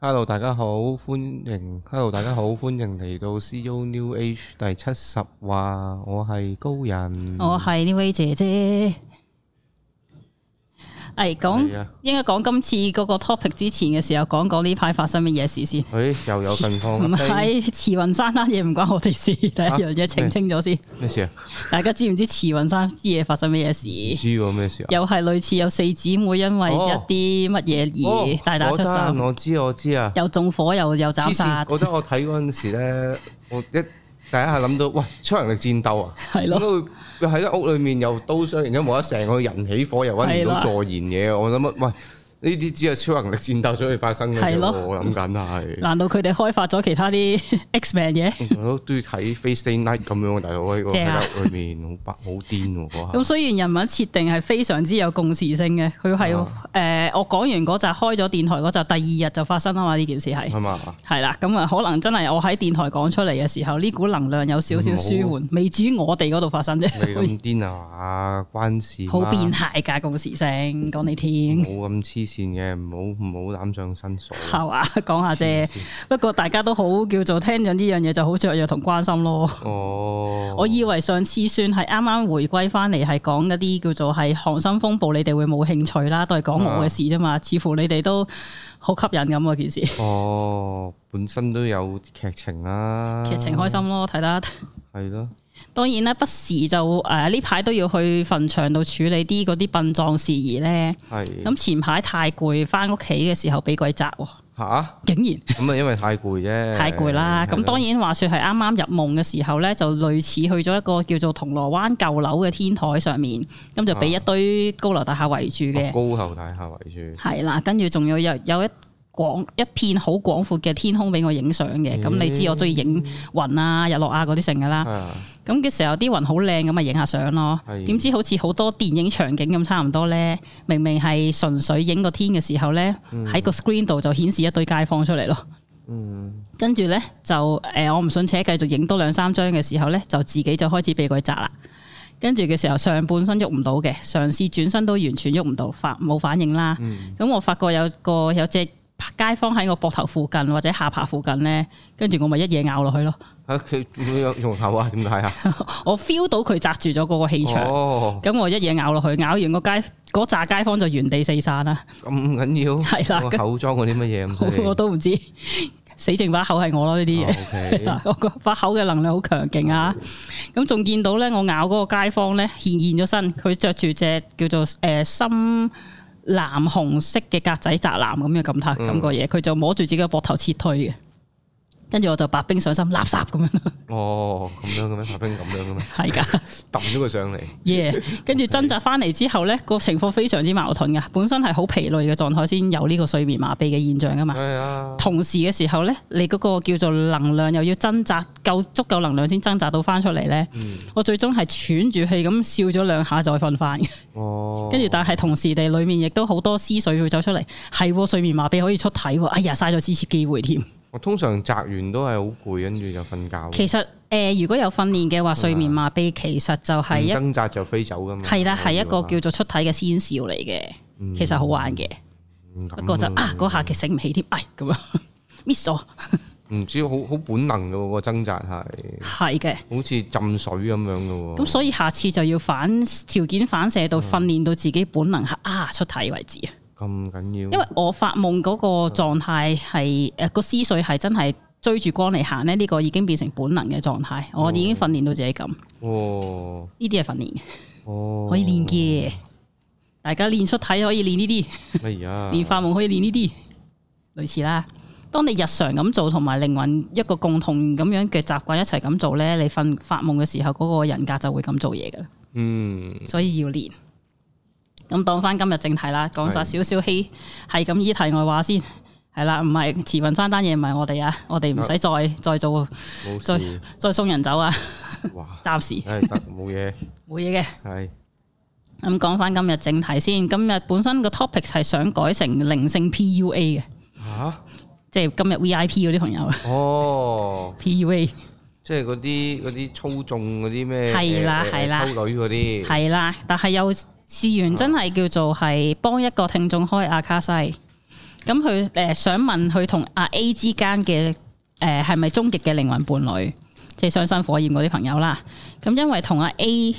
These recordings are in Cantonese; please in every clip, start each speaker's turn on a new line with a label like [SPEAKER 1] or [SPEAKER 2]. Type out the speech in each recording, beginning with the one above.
[SPEAKER 1] Hello，大家好，歡迎 Hello，大家好，歡迎嚟到 CEO New Age 第七十話，我係高人，
[SPEAKER 2] 我係呢位姐姐。係講
[SPEAKER 1] 係啊
[SPEAKER 2] 應該講今次嗰個 topic 之前嘅時候，講講呢排發生乜嘢事先。
[SPEAKER 1] 誒又有近況
[SPEAKER 2] 唔
[SPEAKER 1] update，
[SPEAKER 2] 係慈雲山單嘢唔關我哋 事，第一樣嘢澄清咗先。
[SPEAKER 1] 咩事啊？
[SPEAKER 2] 大家知唔知慈雲山啲嘢發生乜
[SPEAKER 1] 唔
[SPEAKER 2] 嘢事？
[SPEAKER 1] 知喎咩事啊？
[SPEAKER 2] 又係類似有四姊妹因為
[SPEAKER 1] 哦
[SPEAKER 2] 一啲乜嘢
[SPEAKER 1] 哦
[SPEAKER 2] 而大打出
[SPEAKER 1] 嗰單
[SPEAKER 2] 手，
[SPEAKER 1] 我知我知啊，
[SPEAKER 2] 又縱火又又斬
[SPEAKER 1] 黐
[SPEAKER 2] 殺
[SPEAKER 1] 線，，覺得我睇嗰陣時咧，我一第一下諗到，喂，超能力戰鬥啊！
[SPEAKER 2] 係
[SPEAKER 1] 點
[SPEAKER 2] 咯
[SPEAKER 1] 解，會喺間屋裏面又刀傷，然之後冇得成個人起火，又揾唔
[SPEAKER 2] 係
[SPEAKER 1] 到
[SPEAKER 2] 啦
[SPEAKER 1] 助燃嘢？我諗乜？喂，呢啲只係超能力戰鬥所以發生嘅啫
[SPEAKER 2] 係
[SPEAKER 1] 喎。
[SPEAKER 2] 咯
[SPEAKER 1] 我諗緊係，
[SPEAKER 2] 難道佢哋開發咗其他啲 X-Man 嘢？
[SPEAKER 1] 我都都要睇 Face Day Night 咁樣喎，大佬喺個
[SPEAKER 2] 正啊
[SPEAKER 1] 喺間屋裏面好白好癲喎嗰下
[SPEAKER 2] 咁。雖然人物設定係非常之有共時性嘅，佢係
[SPEAKER 1] 啊
[SPEAKER 2] 誒我講完嗰集開咗電台嗰集，第二日就發生啊嘛呢件事係
[SPEAKER 1] 係嘛？
[SPEAKER 2] 係啦，咁啊可能真係我喺電台講出嚟嘅時候，呢股能量有少少舒
[SPEAKER 1] 唔
[SPEAKER 2] 緩，未至於我哋嗰度發生啫
[SPEAKER 1] 你，咁癲啊嘛？關事
[SPEAKER 2] 好
[SPEAKER 1] 嗎
[SPEAKER 2] 變態㗎共時性，講你添
[SPEAKER 1] 冇咁黐線嘅，唔好唔好攬上身水。
[SPEAKER 2] 係嘛，講下啫
[SPEAKER 1] 黐。線
[SPEAKER 2] 不過大家都好叫做聽咗呢樣嘢就好雀躍同關心咯。
[SPEAKER 1] 哦，
[SPEAKER 2] 我以為上次算係啱啱回歸翻嚟，係講嗰啲叫做係溏心風暴，你哋會冇興趣啦，都係講我嘅事啫
[SPEAKER 1] 啊
[SPEAKER 2] 嘛。似乎你哋都好吸引咁啊件事，
[SPEAKER 1] 哦，本身都有劇情啦，
[SPEAKER 2] 劇情開心咯，睇得。
[SPEAKER 1] 係咯。
[SPEAKER 2] 當然啦，不時就誒呢排都要去墳場度處理啲嗰啲殯葬事宜咧。
[SPEAKER 1] 係
[SPEAKER 2] 咁前排太攰，翻屋企嘅時候俾鬼砸喎，
[SPEAKER 1] 吓
[SPEAKER 2] 竟然。
[SPEAKER 1] 咁啊，因為太攰啫，
[SPEAKER 2] 太攰啦，
[SPEAKER 1] 係
[SPEAKER 2] 咁
[SPEAKER 1] 咯
[SPEAKER 2] 當然話說係啱啱入夢嘅時候咧，就類似去咗一個叫做銅鑼灣舊樓嘅天台上面，咁就俾
[SPEAKER 1] 啊
[SPEAKER 2] 一堆高樓大廈圍住嘅。
[SPEAKER 1] 高頭大廈圍住，
[SPEAKER 2] 係啦，跟住仲有有有一廣一片好廣闊嘅天空俾我影相嘅，咁、
[SPEAKER 1] 咦
[SPEAKER 2] 你知我中意影雲啊、日落啊嗰啲成噶啦。
[SPEAKER 1] 啊
[SPEAKER 2] 咁嘅時候啲雲好靚，咁咪影下相咯
[SPEAKER 1] 係。
[SPEAKER 2] 點知好似好多電影場景咁差唔多呢，明明係純粹影個天嘅時候呢，喺個 screen 度就顯示一堆街坊出嚟咯。
[SPEAKER 1] 嗯，
[SPEAKER 2] 跟住呢，就誒、呃我唔信邪，繼續影多兩三張嘅時候呢，就自己就開始俾鬼砸啦。跟住嘅時候，上半身喐唔到嘅，嘗試轉身都完全喐唔到，發冇反應啦。
[SPEAKER 1] 嗯
[SPEAKER 2] 咁、我發覺有個有隻街坊喺我膊頭附近或者下巴附近呢，跟住我咪一嘢咬落去咯。
[SPEAKER 1] 啊佢會有用口啊？點解啊？
[SPEAKER 2] 我 feel 到佢砸住咗嗰個氣場，
[SPEAKER 1] 哦，
[SPEAKER 2] 咁、我一嘢咬落去，咬完個街嗰扎街坊就原地四散啦。
[SPEAKER 1] 咁緊要
[SPEAKER 2] 係啦
[SPEAKER 1] 個口裝嗰啲乜嘢咁犀利？
[SPEAKER 2] 我
[SPEAKER 1] 哦
[SPEAKER 2] 都唔知，死剩把口係我咯呢啲嘢。
[SPEAKER 1] 哦 OK，哦
[SPEAKER 2] 嗱， 我個把口嘅能量好強勁啊！咁仲見到咧，我咬嗰個街坊咧，現現咗身，佢着住隻叫做誒、呃深藍紅色嘅格仔宅男咁嘅感塔
[SPEAKER 1] 嗯
[SPEAKER 2] 咁個嘢，佢就摸住自己個膊頭撤退嘅。跟住我就白冰上身，垃圾咁 樣，
[SPEAKER 1] 哦，咁樣嘅咩？白冰咁樣 嘅咩？
[SPEAKER 2] 係㗎，
[SPEAKER 1] 揼咗佢上嚟，
[SPEAKER 2] 耶！跟住掙扎翻嚟之後咧，個情況非常之矛盾㗎。本身係好疲累嘅狀態先有呢個睡眠麻痹嘅現象㗎嘛。
[SPEAKER 1] 係啊，
[SPEAKER 2] 同時嘅時候咧，你嗰個叫做能量又要掙扎夠足夠能量先掙扎到翻出嚟咧。
[SPEAKER 1] 嗯
[SPEAKER 2] 我最終係喘住氣咁笑咗兩下再瞓翻，
[SPEAKER 1] 哦，
[SPEAKER 2] 跟住但係同時地裡面亦都好多思緒會走出嚟，係喎睡眠麻痹可以出體喎，哎呀嘥咗次次機會添。
[SPEAKER 1] 我通常摘完都係好攰，跟住就瞓覺，
[SPEAKER 2] 其實誒、呃如果有訓練嘅話，睡眠麻痹其實就係
[SPEAKER 1] 啊唔
[SPEAKER 2] 一
[SPEAKER 1] 掙扎就飛走噶嘛，
[SPEAKER 2] 係啦，係一個叫做出體嘅先兆嚟嘅，其實好玩嘅。
[SPEAKER 1] 嗯
[SPEAKER 2] 不過就啊嗰下嘅醒唔起添，哎咁樣 miss 咗，
[SPEAKER 1] 唔知好好本能嘅喎，個掙扎係
[SPEAKER 2] 係嘅。
[SPEAKER 1] 好似浸水咁樣嘅喎。
[SPEAKER 2] 咁所以下次就要反條件反射到訓練到自己本能係啊出體為止啊，
[SPEAKER 1] 咁緊要，
[SPEAKER 2] 因為我發夢嗰個狀態係誒個思緒係真係追住光嚟行咧，呢、個已經變成本能嘅狀態，我已經訓練到自己咁，呢
[SPEAKER 1] 哦
[SPEAKER 2] 啲係訓練嘅，
[SPEAKER 1] 哦，
[SPEAKER 2] 可以練嘅。大家練出體可以練呢啲，
[SPEAKER 1] 乜啊？
[SPEAKER 2] 練發夢可以練呢啲，類似啦。當你日常咁做，同埋靈魂一個共同咁樣嘅習慣一齊咁做咧，你瞓發夢嘅時候，嗰、個人格就會咁做嘢噶啦。
[SPEAKER 1] 嗯，
[SPEAKER 2] 所以要練。咁當翻今日正題啦，講晒
[SPEAKER 1] 係
[SPEAKER 2] 少少希，係咁依題外話先。係啦，唔係慈雲山單嘢唔係我哋啊，我哋唔使再再做
[SPEAKER 1] 冇
[SPEAKER 2] 再
[SPEAKER 1] 事，
[SPEAKER 2] 再送人走啊，
[SPEAKER 1] 哇，
[SPEAKER 2] 暫時
[SPEAKER 1] 唉得冇嘢，
[SPEAKER 2] 冇嘢嘅。
[SPEAKER 1] 係
[SPEAKER 2] 咁講翻今日正題先，今日本身個 topic 係想改成靈性 PUA 嘅，
[SPEAKER 1] 吓
[SPEAKER 2] 即係今日 VIP 嗰啲朋友
[SPEAKER 1] 哦，
[SPEAKER 2] PUA
[SPEAKER 1] 即係嗰啲嗰啲操縱嗰啲咩
[SPEAKER 2] 係啦
[SPEAKER 1] 誒誒
[SPEAKER 2] 係啦
[SPEAKER 1] 溝女嗰啲
[SPEAKER 2] 係啦，但係又試完真係叫做係幫一個聽眾開阿卡西，咁佢誒想問佢同阿 A 之間嘅誒係咪終極嘅靈魂伴侶，即係雙生火焰嗰啲朋友啦。咁因為同阿 A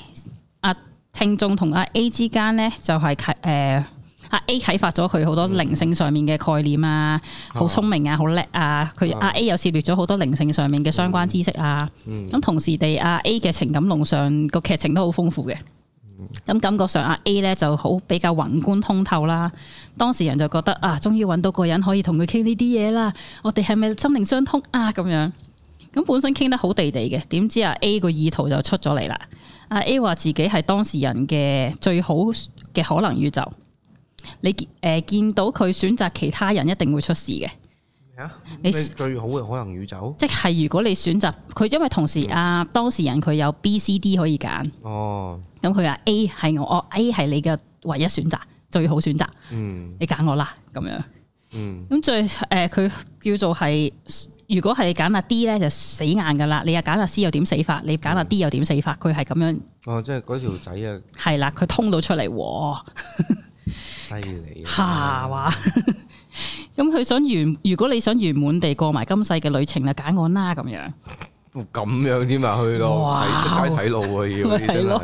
[SPEAKER 2] 阿聽眾同阿 A 之間咧，就係啟誒阿 A 啟發咗佢好多靈性上面嘅概念啊，好聰明啊，好叻啊。佢
[SPEAKER 1] 啊
[SPEAKER 2] 阿 A 又涉獵咗好多靈性上面嘅相關知識啊。
[SPEAKER 1] 嗯
[SPEAKER 2] 咁同時地，阿 A 嘅情感路上個劇情都好豐富嘅。咁感覺上阿 A 咧就好比較宏觀通透啦。當事人就覺得啊，終於揾到個人可以同佢傾呢啲嘢啦。我哋係咪心靈相通啊？咁樣咁本身傾得好地地嘅，點知阿 A 個意圖就出咗嚟啦。阿 A 話自己係當事人嘅最好嘅可能宇宙。你誒、呃、見到佢選擇其他人，一定會出事嘅。
[SPEAKER 1] 咩啊？咩
[SPEAKER 2] 你
[SPEAKER 1] 最好嘅可能宇宙
[SPEAKER 2] 即係如果你選擇佢，因為同時啊當事人佢有 B、C、D 可以揀，
[SPEAKER 1] 哦，
[SPEAKER 2] 咁佢話 A 係我，我 A 係你嘅唯一選擇，最好選擇，
[SPEAKER 1] 嗯
[SPEAKER 2] 你揀我啦咁樣。
[SPEAKER 1] 嗯
[SPEAKER 2] 咁最誒佢、叫做係，如果係揀阿 D 咧就死硬噶啦，你又揀阿 C 又點死法，你揀阿 D 又點死法，佢係咁樣
[SPEAKER 1] 哦，即係嗰條仔啊，
[SPEAKER 2] 係啦，佢通到出嚟喎。
[SPEAKER 1] 犀利啊
[SPEAKER 2] 下話。 咁佢想圓，如果你想圓滿地過埋今世嘅旅程就揀我啦咁樣。
[SPEAKER 1] 咁樣添啊，去到
[SPEAKER 2] 哇
[SPEAKER 1] 睇出街睇路啊，要呢啲
[SPEAKER 2] 咪係
[SPEAKER 1] 真
[SPEAKER 2] 咯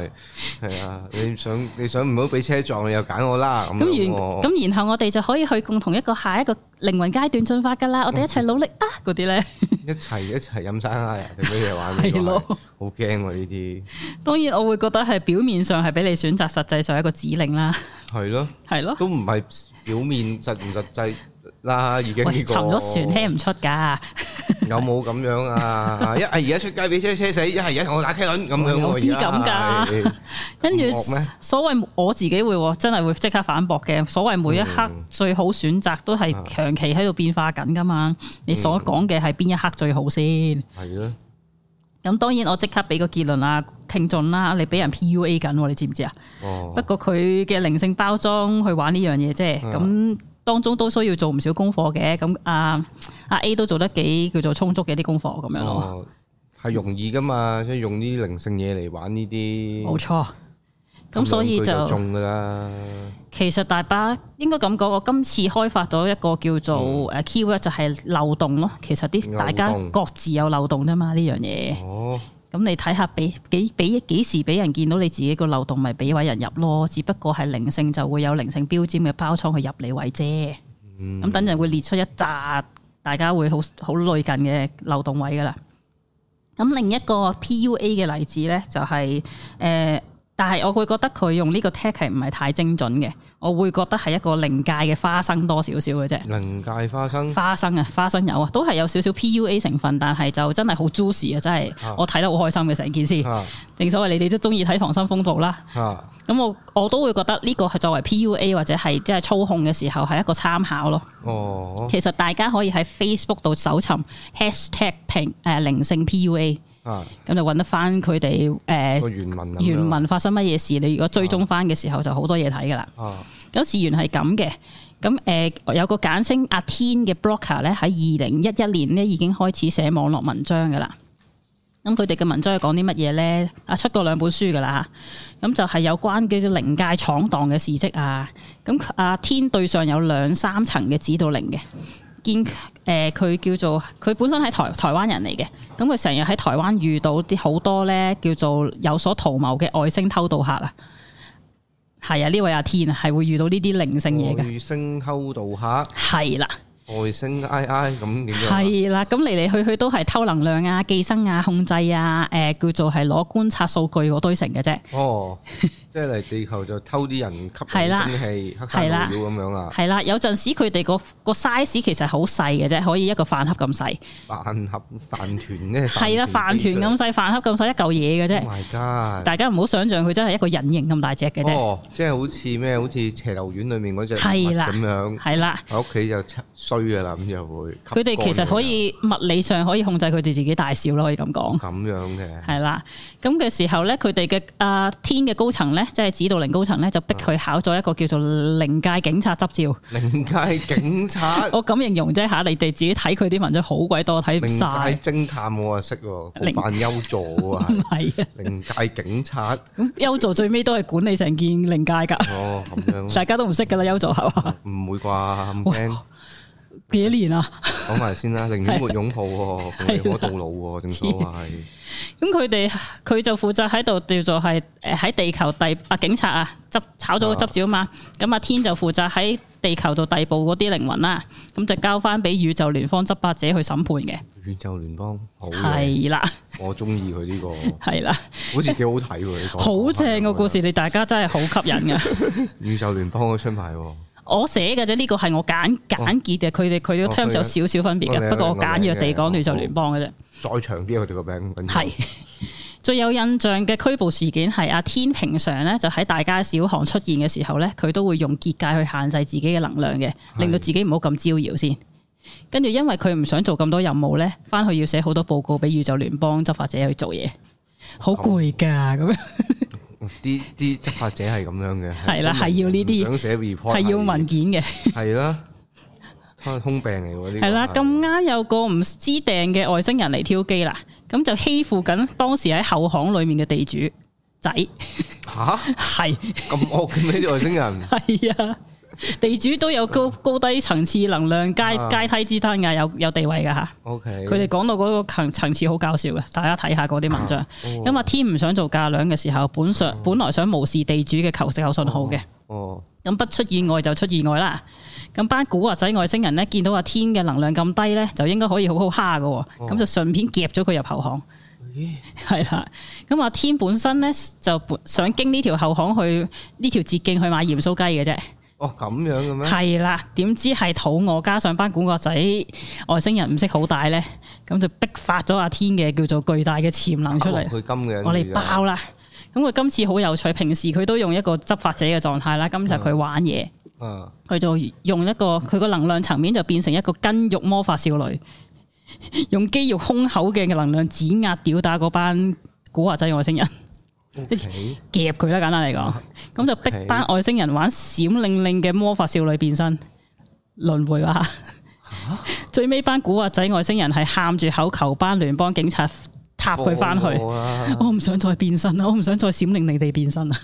[SPEAKER 1] 係係啊！你想你想唔好俾車撞，你又揀我啦咁
[SPEAKER 2] 咁
[SPEAKER 1] 樣
[SPEAKER 2] 然
[SPEAKER 1] 喎。
[SPEAKER 2] 咁然後我哋就可以去共同一個下一個靈魂階段進化㗎啦，我哋一齊努力啊！嗰啲咧，
[SPEAKER 1] 一齊一齊飲啊山蝦呀，定乜嘢玩呢個
[SPEAKER 2] 係
[SPEAKER 1] 係？
[SPEAKER 2] 咯
[SPEAKER 1] 好驚喎呢啲，
[SPEAKER 2] 當然我會覺得係表面上係俾你選擇，實際上係一個指令啦，
[SPEAKER 1] 係咯，
[SPEAKER 2] 係咯。
[SPEAKER 1] 都唔係表面實唔實際啦，已經
[SPEAKER 2] 喂，
[SPEAKER 1] 呢個
[SPEAKER 2] 沉咗船聽唔出㗎，
[SPEAKER 1] 有冇咁樣啊？一係而家出街俾車車死，一係而家同我打車輪咁樣喎。
[SPEAKER 2] 有啲咁㗎
[SPEAKER 1] 而家係
[SPEAKER 2] 跟住
[SPEAKER 1] 唔惡咩
[SPEAKER 2] 所謂我自己會喎真係會即刻反駁嘅。所謂每一刻
[SPEAKER 1] 嗯
[SPEAKER 2] 最好選擇都
[SPEAKER 1] 啊
[SPEAKER 2] 係長期喺度變化緊㗎嘛，你所
[SPEAKER 1] 嗯
[SPEAKER 2] 講嘅係邊一刻最好先？
[SPEAKER 1] 係咯，
[SPEAKER 2] 咁當然我即刻俾個結論啊，聽眾啦，你俾人 PUA 緊喎，你知唔知啊？不
[SPEAKER 1] 哦，
[SPEAKER 2] 過佢嘅靈性包裝去玩呢樣嘢啫，
[SPEAKER 1] 嗯
[SPEAKER 2] 咁當中都需要做唔少功課嘅，咁啊阿 A 都做得幾叫做充足嘅啲功課咁樣咯，
[SPEAKER 1] 哦，係容易㗎嘛，即係用啲靈性嘢嚟玩呢啲。
[SPEAKER 2] 冇錯。咁所
[SPEAKER 1] 兩
[SPEAKER 2] 以
[SPEAKER 1] 句
[SPEAKER 2] 就
[SPEAKER 1] 中㗎啦，
[SPEAKER 2] 其實大把應該咁講，我今次開發咗一個叫做誒 keyword 就係漏洞咯。其實啲
[SPEAKER 1] 嗯漏洞
[SPEAKER 2] 大家各自有漏洞啫嘛，呢樣嘢。
[SPEAKER 1] 哦，
[SPEAKER 2] 咁你睇下俾幾俾幾時俾人見到你自己個漏洞，咪俾位人入咯。只不過係靈性就會有靈性標籤嘅包倉去入你位啫。
[SPEAKER 1] 嗯
[SPEAKER 2] 咁等陣會列出一扎大家會好好類近嘅漏洞位噶啦。咁另一個 PUA 嘅例子咧，就係、呃但係我會覺得佢用呢個 tag 係唔係太精準嘅，我會覺得係一個靈界嘅花生多少少嘅啫。
[SPEAKER 1] 能界花生，
[SPEAKER 2] 花生啊，花生油啊，都係有少少 PUA 成分，但係就真係好 juicy 啊！真係
[SPEAKER 1] 啊
[SPEAKER 2] 我睇得好開心嘅成件事。
[SPEAKER 1] 嚇
[SPEAKER 2] 正所謂你哋都中意睇《溏心風暴》啦，
[SPEAKER 1] 嚇，
[SPEAKER 2] 咁我我都會覺得呢個係作為 PUA 或者係即係操控嘅時候係一個參考咯。
[SPEAKER 1] 哦，
[SPEAKER 2] 其實大家可以喺 Facebook 度搜尋 hashtag 平誒靈性 PUA，
[SPEAKER 1] 嚇
[SPEAKER 2] 咁就揾得翻佢哋啊
[SPEAKER 1] 個
[SPEAKER 2] 誒
[SPEAKER 1] 原文咁樣
[SPEAKER 2] 原文發生乜嘢事。你如果追蹤翻嘅時候，就好多嘢睇噶啦。
[SPEAKER 1] 啊，
[SPEAKER 2] 咁事源係咁嘅，咁誒、呃有個簡稱阿天嘅 broker 咧，喺二零一一年咧已經開始寫網絡文章噶啦。咁佢哋嘅文章係講啲乜嘢咧？啊，出過兩本書噶啦，咁就係有關叫做靈界闖蕩嘅事蹟啊。咁阿天對上有兩三層嘅指導靈嘅，見誒佢、叫做佢本身喺台台灣人嚟嘅，咁佢成日喺台灣遇到啲好多咧叫做有所圖謀嘅外星偷渡客啊。係啊，呢位阿天啊，係會遇到呢啲靈性嘢嘅，
[SPEAKER 1] 外星偷渡客，
[SPEAKER 2] 係啦。
[SPEAKER 1] 外星 I I 咁點樣啊？
[SPEAKER 2] 係啦，咁嚟嚟去去都係偷能量啊、寄生啊、控制啊，誒、叫做係攞觀察數據嗰堆成嘅啫，
[SPEAKER 1] 哦， 即係嚟地球就偷啲人吸
[SPEAKER 2] 係啦
[SPEAKER 1] 引蒸氣、黑
[SPEAKER 2] 係
[SPEAKER 1] 山
[SPEAKER 2] 啦
[SPEAKER 1] 老妖咁樣啊，
[SPEAKER 2] 係啦。有陣時佢哋個個 size 其實好細嘅啫，可以一個飯盒咁細，
[SPEAKER 1] 飯盒飯團咧，
[SPEAKER 2] 係啦，飯團咁細，飯盒咁細一嚿嘢嘅
[SPEAKER 1] 啫。Oh
[SPEAKER 2] 啫。
[SPEAKER 1] my god！
[SPEAKER 2] 大家唔好想象佢真係一個人形咁大隻嘅啫，
[SPEAKER 1] 哦，即係好似咩？好似斜流院裏面嗰只
[SPEAKER 2] 係啦
[SPEAKER 1] 咁樣，
[SPEAKER 2] 係啦。
[SPEAKER 1] 喺屋企就七衰噶啦，咁就會吸
[SPEAKER 2] 佢哋其實
[SPEAKER 1] 乾啊
[SPEAKER 2] 可
[SPEAKER 1] 㗎啦
[SPEAKER 2] 以物理上可以控制佢哋自己大小咯，可以咁講。
[SPEAKER 1] 咁樣嘅，
[SPEAKER 2] 係啦，咁嘅時候咧，佢哋嘅阿天嘅高層咧，即係指導靈高層咧，就
[SPEAKER 1] 啊
[SPEAKER 2] 逼佢考咗一個叫做靈界警察執照。
[SPEAKER 1] 靈界警察
[SPEAKER 2] 、我咁形容啫吓，你哋自己睇佢啲文章好鬼多，睇唔
[SPEAKER 1] 靈
[SPEAKER 2] 晒。
[SPEAKER 1] 界偵探我啊識喎，
[SPEAKER 2] 靈
[SPEAKER 1] 好扮優助喎，
[SPEAKER 2] 唔
[SPEAKER 1] 係
[SPEAKER 2] 係啊，
[SPEAKER 1] 靈界警察，
[SPEAKER 2] 咁優助最尾都係管理成件靈界噶，
[SPEAKER 1] 哦咁樣，
[SPEAKER 2] 大家都唔識噶啦，優助係嘛？
[SPEAKER 1] 唔會啩咁驚？
[SPEAKER 2] 幾年啊？
[SPEAKER 1] 講埋先啦，寧願沒擁 抱喎，同你可到老喎，正所謂係。
[SPEAKER 2] 咁佢哋佢就負責喺度叫做係誒喺地球逮啊警察啊執炒咗個執照嘛，咁阿天就負責喺地球度逮捕嗰啲靈魂啦，咁就交翻俾宇宙聯邦執法者去審判嘅，
[SPEAKER 1] 宇宙聯邦好嘅，
[SPEAKER 2] 係啦
[SPEAKER 1] 我中意佢呢個，
[SPEAKER 2] 係啦，
[SPEAKER 1] 好似幾哦好睇喎呢個。
[SPEAKER 2] 好正個故
[SPEAKER 1] 我覺
[SPEAKER 2] 事，你大家真係好吸引嘅。
[SPEAKER 1] 得。宇宙聯邦嗰出埋喎，
[SPEAKER 2] 我寫嘅啫，呢個係我簡簡潔嘅，佢哋哦佢
[SPEAKER 1] 哦
[SPEAKER 2] 個 terms 有少少分別
[SPEAKER 1] 哦你
[SPEAKER 2] 嘅，哦不過我
[SPEAKER 1] 你
[SPEAKER 2] 簡約地講
[SPEAKER 1] 你
[SPEAKER 2] 宇宙聯邦嘅啫。
[SPEAKER 1] 再長啲佢哋個名緊要。
[SPEAKER 2] 係 最有印象嘅拘捕事件係阿天平常咧就喺大街小巷出現嘅時候咧，佢都會用結界去限制自己嘅能量嘅，令到自己唔好咁招搖先。跟住因為佢唔想做咁多任務咧，翻去要寫好多報告俾宇宙聯邦執法者去做嘢，好攰㗎咁樣，
[SPEAKER 1] 啲啲執法者係咁樣嘅，
[SPEAKER 2] 係啦
[SPEAKER 1] 都唔
[SPEAKER 2] 係要呢啲
[SPEAKER 1] 唔想寫 report，
[SPEAKER 2] 係要文件嘅。
[SPEAKER 1] 係啦，通病嚟喎呢個
[SPEAKER 2] 係啦，
[SPEAKER 1] 係
[SPEAKER 2] 咁啱有個唔知訂嘅外星人嚟挑機啦，咁就欺負緊當時喺後巷裡面嘅地主 仔，
[SPEAKER 1] 吓
[SPEAKER 2] 係
[SPEAKER 1] 咁惡嘅咩啲外星人？
[SPEAKER 2] 係啊，地主都有高高低層次能量階
[SPEAKER 1] 啊
[SPEAKER 2] 階梯之分㗎，有有地位㗎吓。
[SPEAKER 1] O K，
[SPEAKER 2] 佢哋講到嗰個層層次好搞笑嘅，大家睇下嗰啲文
[SPEAKER 1] 啊
[SPEAKER 2] 章。
[SPEAKER 1] 哦
[SPEAKER 2] 咁阿天唔想做嫁娘嘅時候，本想本來想無視地主嘅求食口信號嘅。
[SPEAKER 1] 哦，
[SPEAKER 2] 咁不出意外就出意外啦。咁班古惑仔外星人咧，見到阿天嘅能量咁低咧，就應該可以好好蝦嘅喎。咁、就順便夾咗佢入後巷，
[SPEAKER 1] 哦咦
[SPEAKER 2] 係啦。咁阿天本身咧就本想經呢條後巷去呢條捷徑去買鹽酥雞嘅啫，
[SPEAKER 1] 哦咁樣嘅咩？
[SPEAKER 2] 係啦。點知係肚餓，加上班古惑仔外星人唔識好大咧，咁就逼發咗阿天嘅叫做巨大嘅潛能出嚟。
[SPEAKER 1] 佢金嘅，
[SPEAKER 2] 我哋爆啦！咁佢今次好有趣，平時佢都用一個執法者嘅狀態啦，今次佢玩嘢。
[SPEAKER 1] 啊！
[SPEAKER 2] 佢就用一個佢個能量層面就變成一個筋肉魔法少女， 用肌肉胸口嘅能量指壓吊打嗰班古惑仔外星人，
[SPEAKER 1] O K，
[SPEAKER 2] 夾佢啦簡單嚟講，咁就逼
[SPEAKER 1] OK
[SPEAKER 2] 班外星人玩閃令令嘅魔法少女變身輪迴啦。 最尾班古惑仔外星人係喊住口求班聯邦警察踏佢翻去，
[SPEAKER 1] 放我啦
[SPEAKER 2] 我唔想再變身啦，我唔想再閃令令地變身啦。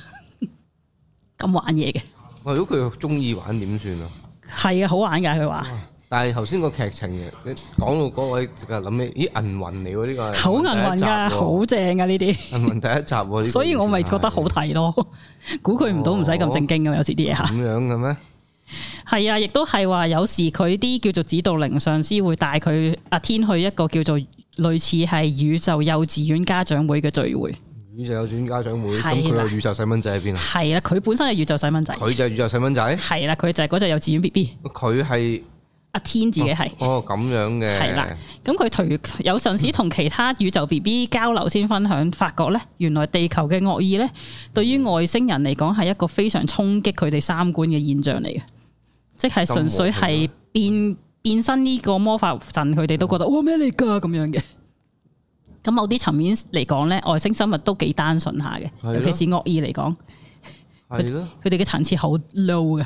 [SPEAKER 2] 咁玩嘢嘅
[SPEAKER 1] 喂如果佢中意玩點算啊？
[SPEAKER 2] 係啊，好玩㗎佢話。
[SPEAKER 1] 但係頭先個劇情嘅，你講到嗰位就諗起，咦銀魂嚟喎呢個係，
[SPEAKER 2] 好銀魂㗎，好正㗎呢啲，
[SPEAKER 1] 銀魂第一集喎，呢個啊
[SPEAKER 2] 所以我咪
[SPEAKER 1] 完全
[SPEAKER 2] 覺得好
[SPEAKER 1] 係
[SPEAKER 2] 睇咯。 估佢唔到，唔使咁正經㗎，有時啲嘢嚇。
[SPEAKER 1] 咁樣嘅咩？
[SPEAKER 2] 係啊，亦都係話有時佢啲叫做指導靈上司會帶佢阿天去一個叫做類似係宇宙幼稚園家長會嘅聚會。
[SPEAKER 1] 宇宙有轉家長會，咁
[SPEAKER 2] 係
[SPEAKER 1] 佢
[SPEAKER 2] 啦
[SPEAKER 1] 個宇宙細蚊仔喺邊啊？
[SPEAKER 2] 係啦，佢本身係宇宙細蚊仔。
[SPEAKER 1] 佢就係宇宙細蚊仔，
[SPEAKER 2] 係啦，佢就係嗰隻幼稚園 B B。
[SPEAKER 1] 佢係
[SPEAKER 2] 阿天自己係。
[SPEAKER 1] 哦咁樣嘅，
[SPEAKER 2] 係啦，咁佢同有陣時同其他宇宙 B B 交流先分享，發覺咧原來地球嘅惡意咧，對於外星人嚟講係一個非常衝擊佢哋三觀嘅現象嚟嘅，即係純粹
[SPEAKER 1] 啊
[SPEAKER 2] 係變變身呢個魔法陣，佢哋都覺得哇咩嚟㗎咁樣嘅。咁某啲層面嚟講咧，外星生物都幾單純下
[SPEAKER 1] 係咯
[SPEAKER 2] 嘅，尤其是惡意嚟講，
[SPEAKER 1] 係咯，
[SPEAKER 2] 佢哋嘅層次好 low 嘅，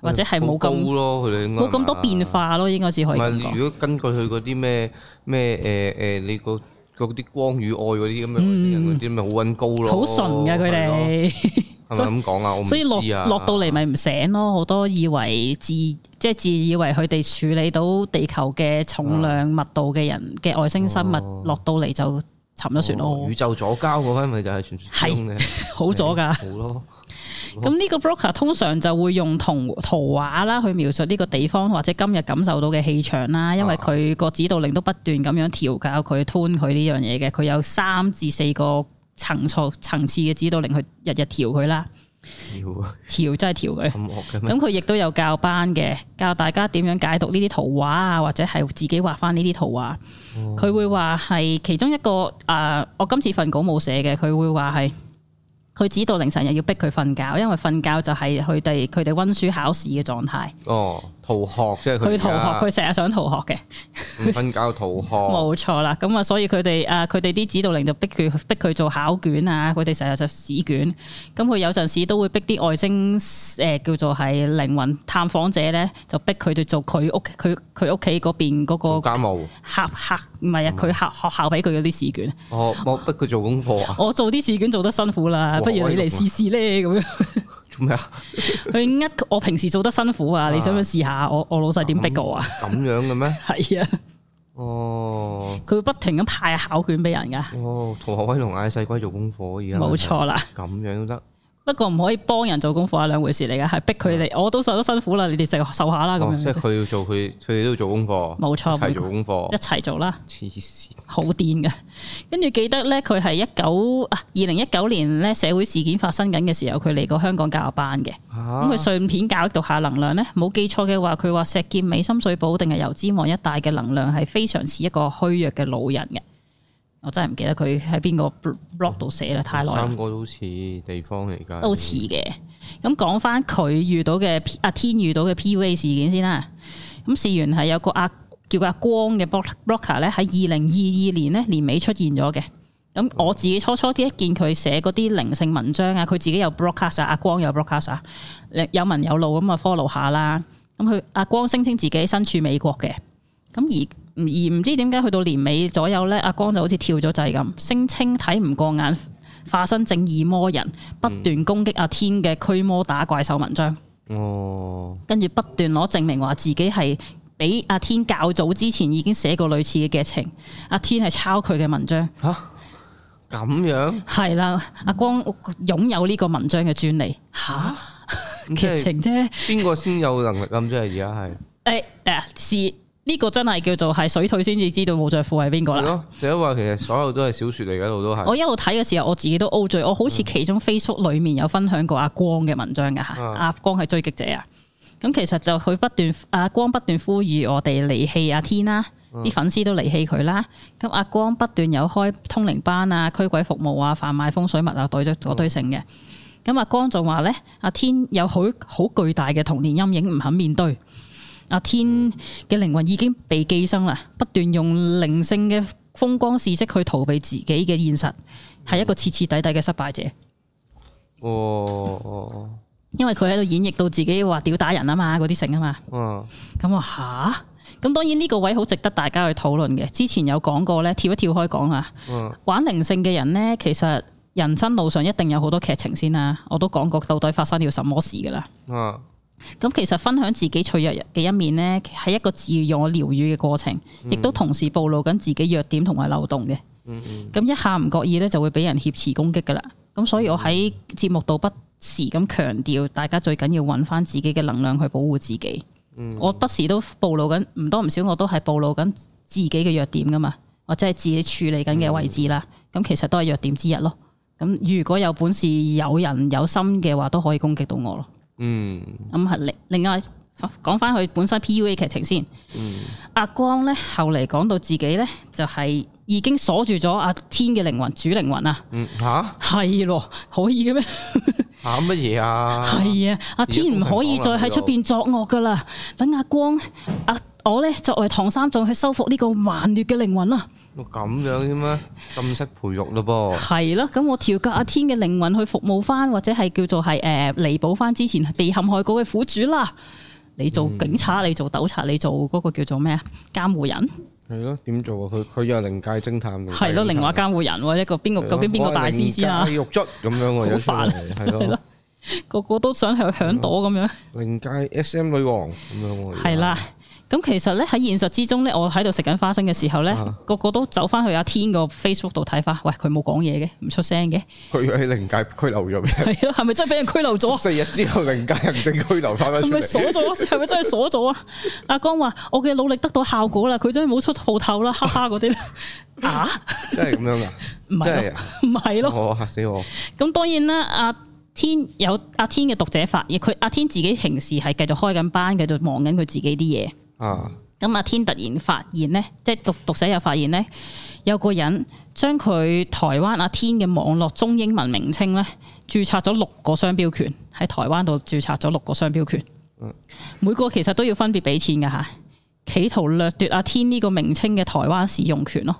[SPEAKER 2] 或者係冇
[SPEAKER 1] 好高啊
[SPEAKER 2] 咁
[SPEAKER 1] 咯，佢哋應該
[SPEAKER 2] 冇咁多變。化咯，應該只
[SPEAKER 1] 唔
[SPEAKER 2] 可以咁
[SPEAKER 1] 係，
[SPEAKER 2] 講
[SPEAKER 1] 如。果根據佢嗰啲咩咩誒誒，你個嗰啲光與愛嗰啲咁樣嗰啲人嗰啲咪好温高咯，
[SPEAKER 2] 好純嘅佢
[SPEAKER 1] 係
[SPEAKER 2] 哋。
[SPEAKER 1] 咯，係咪咁講啊？我唔
[SPEAKER 2] 所以落
[SPEAKER 1] 知啊
[SPEAKER 2] 落到嚟咪唔醒咯，好多以為自即係自以為佢哋處理到地球嘅重量密度嘅人嘅外星生物，
[SPEAKER 1] 啊哦
[SPEAKER 2] 落到嚟就沉咗船
[SPEAKER 1] 哦
[SPEAKER 2] 咯
[SPEAKER 1] 宇，宙左交嗰番咪就係傳説中 嘅，
[SPEAKER 2] 好咗㗎。
[SPEAKER 1] 好咯，
[SPEAKER 2] 咁呢個 broker 通常就會用圖圖畫啦去描述呢個地方或者今日感受到嘅氣場啦，因為
[SPEAKER 1] 啊
[SPEAKER 2] 佢個指導令都不斷咁樣調教佢、吞佢呢樣嘢嘅，佢有三至四個層數層次嘅指導令，去日日調佢啦，
[SPEAKER 1] 妖啊
[SPEAKER 2] 調真係調佢。
[SPEAKER 1] 咁惡嘅咩？
[SPEAKER 2] 咁佢亦都有教班嘅，教大家點樣解讀呢啲圖畫啊，或者係自己畫翻呢啲圖畫。
[SPEAKER 1] 哦
[SPEAKER 2] 佢、會話係其中一個啊、我今次份稿冇寫嘅，佢會話係佢指導凌晨又要逼佢瞓覺，因為瞓覺就係佢哋佢哋温書考試嘅狀態。
[SPEAKER 1] 哦，逃學即係佢
[SPEAKER 2] 佢
[SPEAKER 1] 而
[SPEAKER 2] 逃
[SPEAKER 1] 家
[SPEAKER 2] 學，佢成日想逃學嘅，
[SPEAKER 1] 唔瞓覺逃學，
[SPEAKER 2] 冇錯啦。咁啊，所以佢哋啊，佢哋啲指導令就逼佢逼佢做考卷啊，佢哋成日就試卷。咁佢有陣時都會逼啲外星誒、呃叫做係靈魂探訪者咧，就逼佢哋做佢屋佢佢屋企嗰邊嗰
[SPEAKER 1] 做
[SPEAKER 2] 個
[SPEAKER 1] 家務，
[SPEAKER 2] 客客唔係啊，佢客學校俾佢嗰啲試卷。
[SPEAKER 1] 哦，我逼佢做功課啊，
[SPEAKER 2] 我做啲試卷做得辛苦啦，
[SPEAKER 1] 哇
[SPEAKER 2] 不如你嚟試試咧咁樣。
[SPEAKER 1] 做咩啊？
[SPEAKER 2] 佢呃我平時做得辛苦啊，你想唔想試下我我老細點逼我啊？
[SPEAKER 1] 咁樣嘅咩？
[SPEAKER 2] 係啊，
[SPEAKER 1] 哦
[SPEAKER 2] 佢會不停咁派考卷俾人噶，
[SPEAKER 1] 哦，同學威同嗌細龜做功課而家
[SPEAKER 2] 冇錯啦。
[SPEAKER 1] 咁樣都得。
[SPEAKER 2] 不過唔可以幫人做功課係啊兩回事嚟噶，係逼佢哋，我都受咗辛苦啦，你哋就受下啊啦咁
[SPEAKER 1] 嗯哦，即係哦
[SPEAKER 2] 樣，
[SPEAKER 1] 佢要做佢，佢哋都要做功課，
[SPEAKER 2] 冇錯
[SPEAKER 1] 一齊做功課
[SPEAKER 2] 一，齊做啦。
[SPEAKER 1] 黐線。
[SPEAKER 2] 好癲嘅。跟住記得咧，佢係一九啊二零一九年咧社會事件發生緊嘅時候，佢嚟過香港教育班嘅。咁佢
[SPEAKER 1] 嚇
[SPEAKER 2] 順便教育到下能量咧，冇記錯嘅話，佢話石硤尾、深水埗定係油尖旺一帶嘅能量係非常似一個虛弱嘅老人嘅。我真係唔記得佢喺邊個 blog 度寫啦，太耐啦
[SPEAKER 1] 三。個都似地方嚟㗎，
[SPEAKER 2] 都似嘅。咁講翻佢遇到嘅 P- 阿天遇到嘅 PUA 事件先啦。咁事源係有個阿叫阿光嘅 block- blocker 咧，喺二零二二年咧年尾出現咗嘅。咁我自己初初啲一見佢寫嗰啲靈性文章啊，佢自己有 broadcast 啊，阿光有 broadcast 啊，有文有路咁啊 follow 下啦。咁佢阿光聲稱自己身處美國嘅，咁而而唔知點解去到年尾左右咧，阿光就好似跳咗掣咁，聲稱睇唔過眼，化身正義魔人，不斷攻擊阿天嘅驅魔打怪獸文章，
[SPEAKER 1] 哦，
[SPEAKER 2] 跟住不斷攞證明話自己係比阿天較早之前已經寫過類似嘅劇情，阿天係抄佢嘅文章，
[SPEAKER 1] 吓咁 樣
[SPEAKER 2] 係啦，阿光擁有呢個文章嘅專利吓
[SPEAKER 1] 咁即
[SPEAKER 2] 劇
[SPEAKER 1] 係
[SPEAKER 2] 情啫，
[SPEAKER 1] 邊個先有能力啊咁？即係而家係
[SPEAKER 2] 誒誒是呢個真係叫做係水退先至知道冇着褲係邊個
[SPEAKER 1] 係
[SPEAKER 2] 啦。
[SPEAKER 1] 咯，你都話其實所有都係小説嚟嘅，一路都係
[SPEAKER 2] 我一路睇嘅時候，我自己都 O 醉。我好
[SPEAKER 1] 嗯
[SPEAKER 2] 似其中 Facebook 裡面有分享過阿光嘅文章㗎嚇，
[SPEAKER 1] 嗯
[SPEAKER 2] 阿光係追擊者啊。咁其實就佢不斷阿光不斷呼籲我哋離棄阿天啦，啲粉絲都離棄佢啦。咁阿光不斷有開通靈班啊、驅鬼服務啊、販賣風水物啊、對咗嗰堆剩嘅。咁阿光就話咧，阿天有好好巨大嘅童年陰影，唔肯面對。阿天嘅靈魂已經被寄生啦，不斷用靈性嘅風光事跡去逃避自己嘅現實，係一個徹徹底底嘅失敗者。
[SPEAKER 1] 哦
[SPEAKER 2] 因為佢喺度演繹到自己話屌打人啊嘛，嗰啲成啊嘛。
[SPEAKER 1] 哦哦，
[SPEAKER 2] 咁我吓，咁當然呢個位好值得大家去討論嘅。之前有講過咧，跳一跳開講啊。
[SPEAKER 1] 嗯
[SPEAKER 2] 玩靈性嘅人呢，其實人生路上一定有好多劇情先啦。我都講過到底發生了什麼事噶啦。
[SPEAKER 1] 嗯啊
[SPEAKER 2] 咁其實分享自己脆弱嘅一面呢，係一個自我療愈嘅過程，亦都同時暴露緊自己弱點同埋漏洞嘅。
[SPEAKER 1] 嗯嗯
[SPEAKER 2] 咁一下唔覺意咧，就會俾人挾持攻擊噶啦。咁所以我喺
[SPEAKER 1] 嗯
[SPEAKER 2] 節目度不時咁強調，大家最緊要揾翻自己嘅能量去保護自己。
[SPEAKER 1] 嗯
[SPEAKER 2] 我不時都暴露緊，唔多唔少我都係暴露緊自己嘅弱點噶嘛，或者係自己處理緊
[SPEAKER 1] 嗯
[SPEAKER 2] 嘅位置啦。咁、其實都係弱點之一咯。咁如果有本事、有人有心嘅話，都可以攻擊到我咯。
[SPEAKER 1] 嗯
[SPEAKER 2] 咁係另另外講翻佢本身 PUA 劇情先。阿光咧後嚟講到自己咧就係、已經鎖住咗阿天嘅靈魂主靈魂啊，
[SPEAKER 1] 嗯吓
[SPEAKER 2] 係咯，可以嘅咩？
[SPEAKER 1] 吓乜嘢啊？
[SPEAKER 2] 係啊，阿天唔可以再喺出邊作惡噶啦，等阿光阿我咧作為唐三藏去收復呢個頑劣嘅靈魂啊啦。
[SPEAKER 1] 咁樣啫咩？咁識培育咯噃，
[SPEAKER 2] 係啦，咁我調教阿天嘅靈魂去服務翻，或者係叫做係诶弥补翻之前被陷害過嘅苦主啦。你做警察，你做糾察，你做嗰個叫做咩啊？監護人
[SPEAKER 1] 係咯？點做啊？佢佢又係靈界偵探嚟，
[SPEAKER 2] 係咯，另外監護人喎，一個邊個究竟邊個大師先啦？
[SPEAKER 1] 肉卒咁樣喎，有出
[SPEAKER 2] 好煩啊
[SPEAKER 1] 嚟係
[SPEAKER 2] 係
[SPEAKER 1] 咯
[SPEAKER 2] 咯。個個都想去響朵咁樣。
[SPEAKER 1] 靈界 S.M. 女王咁樣喎，
[SPEAKER 2] 係啦。咁其實咧喺現實之中咧，我喺度食緊花生嘅時候咧
[SPEAKER 1] 啊，
[SPEAKER 2] 個個都走翻去阿天個 Facebook 度睇翻，喂佢冇講嘢嘅，唔出聲 嘅，
[SPEAKER 1] 佢喺靈界拘留咗咩？
[SPEAKER 2] 係咯，係咪真係俾人拘留咗？
[SPEAKER 1] 四日之後，靈界行政拘留翻翻
[SPEAKER 2] 係
[SPEAKER 1] 出
[SPEAKER 2] 咪
[SPEAKER 1] 嚟
[SPEAKER 2] 鎖。咗？係咪真係鎖咗啊？阿光話：我嘅努力得到效果啦，佢真係冇出鋪頭啦，哈 哈嗰啲咧啊，
[SPEAKER 1] 真係咁樣噶，
[SPEAKER 2] 唔係咯
[SPEAKER 1] 真係啊！
[SPEAKER 2] 唔係咯。
[SPEAKER 1] 我嚇死我！
[SPEAKER 2] 咁當然啦，阿天有阿天嘅讀者發現，佢阿天自己平時係繼續開緊班，繼續忙緊佢自己啲嘢。
[SPEAKER 1] 啊，
[SPEAKER 2] 咁阿天突然發現咧，即係讀讀者又發現咧，有個人將佢台灣阿天嘅網絡中英文名稱咧，註冊咗六個商標權喺台灣度註冊咗六個商標權，每個其實都要分別俾錢㗎嚇，企圖掠奪阿天呢個名稱嘅台灣使用權咯。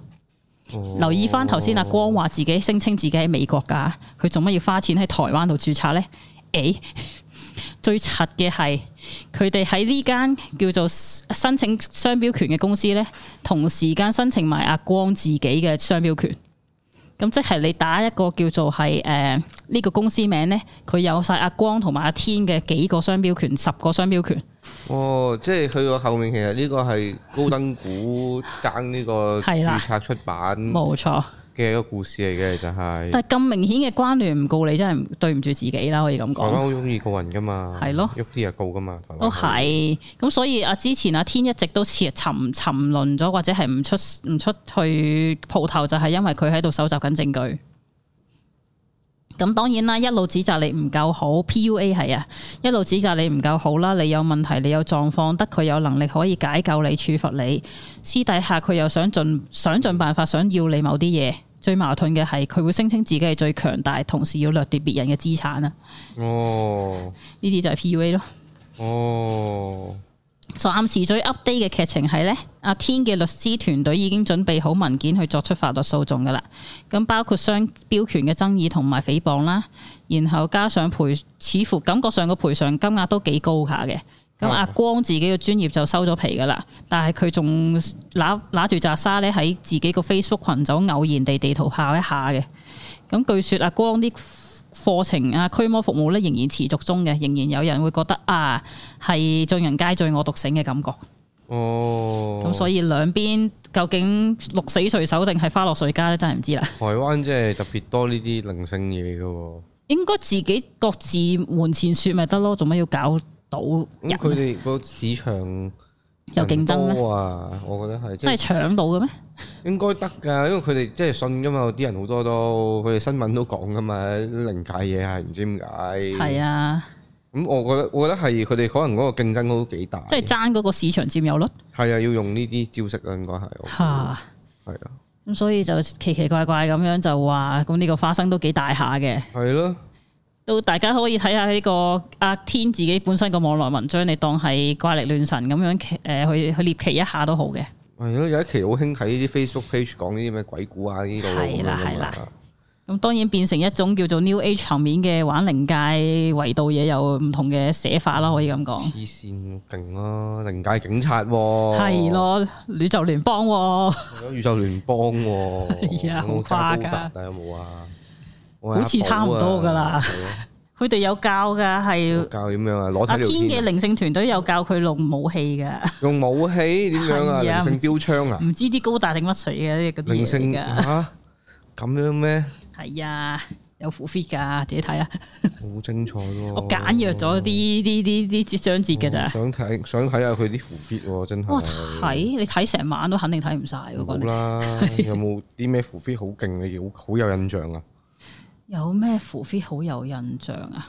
[SPEAKER 1] 哦
[SPEAKER 2] 留意翻頭先阿光話自己聲稱自己喺美國㗎，佢做乜要花錢喺台灣度註冊呢？誒、最柒嘅係佢哋喺呢間叫做申請商標權嘅公司呢，同時間申請埋阿光自己嘅商標權。咁即係你打一個叫做係誒呢個公司名咧，佢有晒阿光同埋阿天嘅幾個商標權，十個商標權，
[SPEAKER 1] 哦，即係去到後面，其實呢個係高登股爭呢個
[SPEAKER 2] 係啦
[SPEAKER 1] 註冊出版
[SPEAKER 2] 冇錯。
[SPEAKER 1] 嘅一個故事嚟嘅，就係
[SPEAKER 2] 但係咁明顯嘅關聯唔告你，真係唔對唔住自己啦，可以咁
[SPEAKER 1] 台灣
[SPEAKER 2] 講。
[SPEAKER 1] 好中意告人噶嘛，
[SPEAKER 2] 係咯
[SPEAKER 1] 喐啲就告噶嘛，台灣
[SPEAKER 2] 都哦係，咁所以啊，之前阿天一直都似沉沉淪咗，或者係唔出唔出去鋪頭，就係因為佢喺度搜集緊證據。咁當然啦，一路指責你唔夠好，PUA 係啊，一路指責你唔夠好啦，你有問題，你有狀況，得佢有能力可以解救你、處罰你。私底下佢又想盡想盡辦法，想要你某啲嘢。最矛盾嘅係，佢會聲稱自己係最強大，同時要掠奪別人嘅資產啊！呢
[SPEAKER 1] 哦
[SPEAKER 2] 啲就係 PUA 咯。
[SPEAKER 1] 哦，
[SPEAKER 2] 暫時最 update 嘅劇情係呢，阿天嘅律師團隊已經準備好文件去作出法律訴訟噶啦。咁包括商標權嘅爭議同埋誹謗啦，然後加上賠，似乎感覺上個賠償金額都幾高下嘅。咁阿
[SPEAKER 1] 哦
[SPEAKER 2] 光自己嘅專業就收咗皮噶啦，但係佢仲揦揦住扎沙咧喺自己個 Facebook 群組偶然地地圖炮一下嘅。咁據說阿光啲課程啊驅魔服務咧仍然持續中嘅，仍然有人會覺得啊係眾人皆醉我獨醒嘅感覺。
[SPEAKER 1] 哦，
[SPEAKER 2] 咁、所以兩邊究竟鹿死誰手定係花落誰家咧，真係唔知啦。
[SPEAKER 1] 台灣真係特別多呢啲靈性嘢嘅喎。
[SPEAKER 2] 應該自己各自門前雪咪得咯，做乜要搞到
[SPEAKER 1] 咁
[SPEAKER 2] 人
[SPEAKER 1] 佢哋個市場
[SPEAKER 2] 有競爭
[SPEAKER 1] 人
[SPEAKER 2] 咩？
[SPEAKER 1] 多啊，我覺得係即
[SPEAKER 2] 真係
[SPEAKER 1] 係
[SPEAKER 2] 搶到嘅咩？
[SPEAKER 1] 應該得㗎，因為佢哋即係信㗎嘛，有啲人好多都佢哋新聞都講㗎嘛，靈界嘢係唔知點解。
[SPEAKER 2] 係
[SPEAKER 1] 啊，
[SPEAKER 2] 啊，
[SPEAKER 1] 咁我覺得我覺得係佢哋可能嗰個競爭都幾大。
[SPEAKER 2] 即係爭嗰個市場佔有率
[SPEAKER 1] 係啊，要用呢啲招式啊，應該係。我覺
[SPEAKER 2] 嚇。
[SPEAKER 1] 得係啊，
[SPEAKER 2] 咁所以就奇奇怪怪咁樣就話，咁呢個花生都幾大下嘅。
[SPEAKER 1] 係咯，
[SPEAKER 2] 到大家可以睇下呢個阿天自己本身個網絡文章，你當係怪力亂神咁樣誒、去去獵奇一下都好嘅。
[SPEAKER 1] 係咯，有一期好興睇呢啲 Facebook page 講呢啲咩鬼故啊，呢度咁樣
[SPEAKER 2] 係啦
[SPEAKER 1] 㗎嘛
[SPEAKER 2] 係啦咁當然變成一種叫做 New Age 層面嘅玩靈界維度嘢，有唔同嘅寫法啦，可以咁講。
[SPEAKER 1] 黐線勁咯，靈界警察喎，
[SPEAKER 2] 係，咯，宇宙聯邦喎，
[SPEAKER 1] 宇宙聯邦喎，
[SPEAKER 2] 係啊
[SPEAKER 1] 有冇
[SPEAKER 2] 好花㗎
[SPEAKER 1] 揸高達啊有冇啊？我係
[SPEAKER 2] 好似
[SPEAKER 1] 阿寶啊
[SPEAKER 2] 差唔多㗎啦
[SPEAKER 1] 係咯
[SPEAKER 2] 佢哋有教㗎，係
[SPEAKER 1] 教點樣啊？攞
[SPEAKER 2] 阿
[SPEAKER 1] 睇
[SPEAKER 2] 天
[SPEAKER 1] 條
[SPEAKER 2] 嘅
[SPEAKER 1] 天啊，
[SPEAKER 2] 靈性團隊有教佢用武器㗎，
[SPEAKER 1] 用武器點樣啊？
[SPEAKER 2] 係啊
[SPEAKER 1] 靈性標槍啊？
[SPEAKER 2] 唔知啲高達定乜水嘅嗰啲
[SPEAKER 1] 靈
[SPEAKER 2] 嘢
[SPEAKER 1] 性
[SPEAKER 2] 嚟 㗎。
[SPEAKER 1] 嚇咁樣咩？
[SPEAKER 2] 係啊，有 full fit 㗎，自己睇啊。
[SPEAKER 1] 好精彩喎！
[SPEAKER 2] 我簡約咗啲啲啲啲章節㗎咋。
[SPEAKER 1] 想睇想睇下佢啲符 fit 喎，真係。
[SPEAKER 2] 哇！睇你睇成晚都肯定睇唔晒嗰
[SPEAKER 1] 哦好
[SPEAKER 2] 個。
[SPEAKER 1] 啦，有冇啲咩符 fit 好勁你好好有印象啊？
[SPEAKER 2] 有咩符 fit 好有印象啊？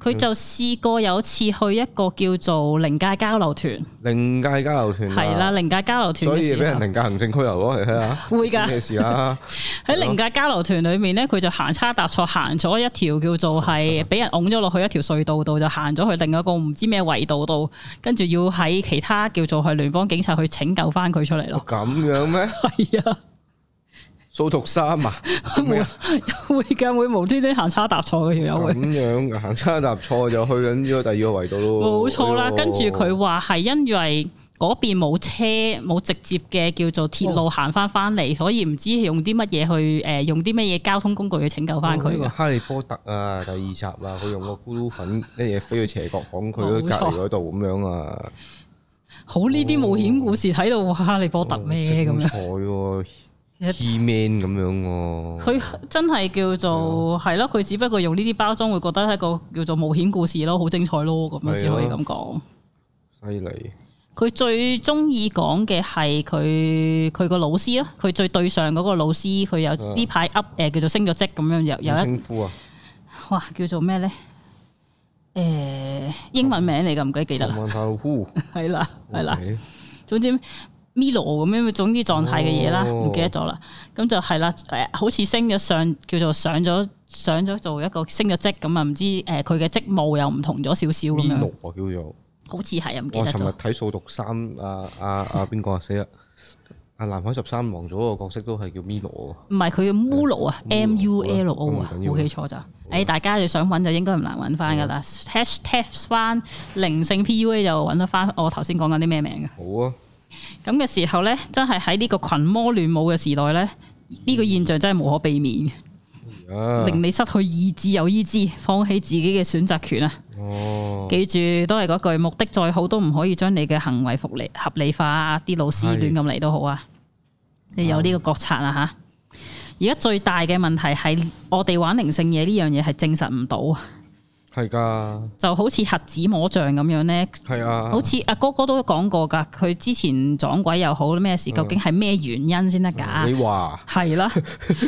[SPEAKER 2] 佢
[SPEAKER 1] 嗯
[SPEAKER 2] 就試過有次去一個叫做靈界交流團，
[SPEAKER 1] 靈界交流團啊
[SPEAKER 2] 係啦，，靈界交流團
[SPEAKER 1] 所
[SPEAKER 2] 嘅
[SPEAKER 1] 以俾
[SPEAKER 2] 時
[SPEAKER 1] 人
[SPEAKER 2] 候，
[SPEAKER 1] 靈界行政拘留咯，嚟睇下
[SPEAKER 2] 會㗎
[SPEAKER 1] 咩事 啊？
[SPEAKER 2] 喺靈界交流團裏面咧，佢就行差踏錯，行咗一條叫做係俾人拱咗落去一條隧道度，就行咗去另一個唔知咩維度度，跟住要喺其他叫做係聯邦警察去拯救翻佢出 嚟咯。
[SPEAKER 1] 咁樣咩？
[SPEAKER 2] 係啊，
[SPEAKER 1] 掃毒三 啊？咁樣
[SPEAKER 2] 會㗎，會無端端行差踏錯嘅條友會
[SPEAKER 1] 咁。樣㗎行 差踏錯就去緊呢個第二個維度咯。
[SPEAKER 2] 冇錯啦，
[SPEAKER 1] 哎呦
[SPEAKER 2] 跟住佢話係因為嗰邊冇車冇直接嘅叫做鐵路行翻翻嚟，所以唔知用啲乜嘢去誒、用啲乜嘢交通工具去拯救翻
[SPEAKER 1] 哦
[SPEAKER 2] 佢
[SPEAKER 1] 呢個
[SPEAKER 2] 㗎。
[SPEAKER 1] 哈利波特啊，第二集啊，佢用個咕嚕粉一嘢飛去斜角巷佢嗰
[SPEAKER 2] 冇
[SPEAKER 1] 隔
[SPEAKER 2] 錯
[SPEAKER 1] 離嗰度咁樣啊，
[SPEAKER 2] 好呢啲冒險故事睇到哇哈利波特
[SPEAKER 1] 哦
[SPEAKER 2] 咩咁樣，
[SPEAKER 1] 彩喎
[SPEAKER 2] 其實
[SPEAKER 1] ，He-Man 咁樣喎，
[SPEAKER 2] 佢真係叫做係啊咯，佢只不過用呢啲包裝會覺得係一個叫做冒險故事咯，好精彩咯，咁樣只可以咁講。
[SPEAKER 1] 犀利，
[SPEAKER 2] 佢最中意講嘅係佢佢個老師咯，佢最對上嗰個老師，佢有
[SPEAKER 1] 嗯
[SPEAKER 2] 呢排 up 呃誒叫做升咗職咁樣，有有
[SPEAKER 1] 點
[SPEAKER 2] 一
[SPEAKER 1] 稱呼啊，
[SPEAKER 2] 哇，叫做咩咧？誒、英文名嚟㗎，唔記得記得啦，
[SPEAKER 1] 萬頭呼，
[SPEAKER 2] 係啦，哦 係啦
[SPEAKER 1] OK，
[SPEAKER 2] 總之 Milo 咁樣，總之狀態嘅嘢啦，
[SPEAKER 1] 哦
[SPEAKER 2] 唔記得咗啦。咁就係啦，誒，好似升咗上，叫做上咗上咗做一個升咗職咁啊，唔知誒佢嘅職務又唔同咗少少
[SPEAKER 1] ，Milo
[SPEAKER 2] 咁樣，
[SPEAKER 1] 啊叫做，
[SPEAKER 2] 好似係啊，唔記
[SPEAKER 1] 我
[SPEAKER 2] 得
[SPEAKER 1] 尋日
[SPEAKER 2] 咗。
[SPEAKER 1] 睇掃毒三啊啊啊邊個啊死啦，啊南海十三郎做個角色都係叫 Milo 啊。
[SPEAKER 2] 唔係佢嘅 Mulo 啊
[SPEAKER 1] 嗯
[SPEAKER 2] ，M U L O 啊，
[SPEAKER 1] 好啦
[SPEAKER 2] 冇記錯就。誒，大家你想揾就應該唔難揾翻㗎
[SPEAKER 1] 嗯
[SPEAKER 2] 啦。Hashtag 翻靈性 P U A 就揾得翻我頭先講緊啲咩名嘅。
[SPEAKER 1] 好啊，
[SPEAKER 2] 咁嘅時候呢，真係喺呢個群魔亂舞嘅時代呢，呢個現象真係無可避免嘅，
[SPEAKER 1] 啊
[SPEAKER 2] 令你失去意志有意志，放棄自己嘅選擇權啊！
[SPEAKER 1] 哦，
[SPEAKER 2] 記住都係嗰句，目的再好都唔可以將你嘅行為合理合理化啊！啲老師
[SPEAKER 1] 係
[SPEAKER 2] 亂咁嚟都好啊，你有呢個覺察啊吓。而家最大嘅問題係我哋玩靈性嘢呢樣嘢係證實唔到啊，
[SPEAKER 1] 係㗎，
[SPEAKER 2] 就好似核子摸象咁樣呢。
[SPEAKER 1] 係啊，
[SPEAKER 2] 好似阿哥哥都講過㗎，佢之前撞鬼又好咩事，究竟係咩原因先得㗎？
[SPEAKER 1] 嗯你話
[SPEAKER 2] 係啦，啊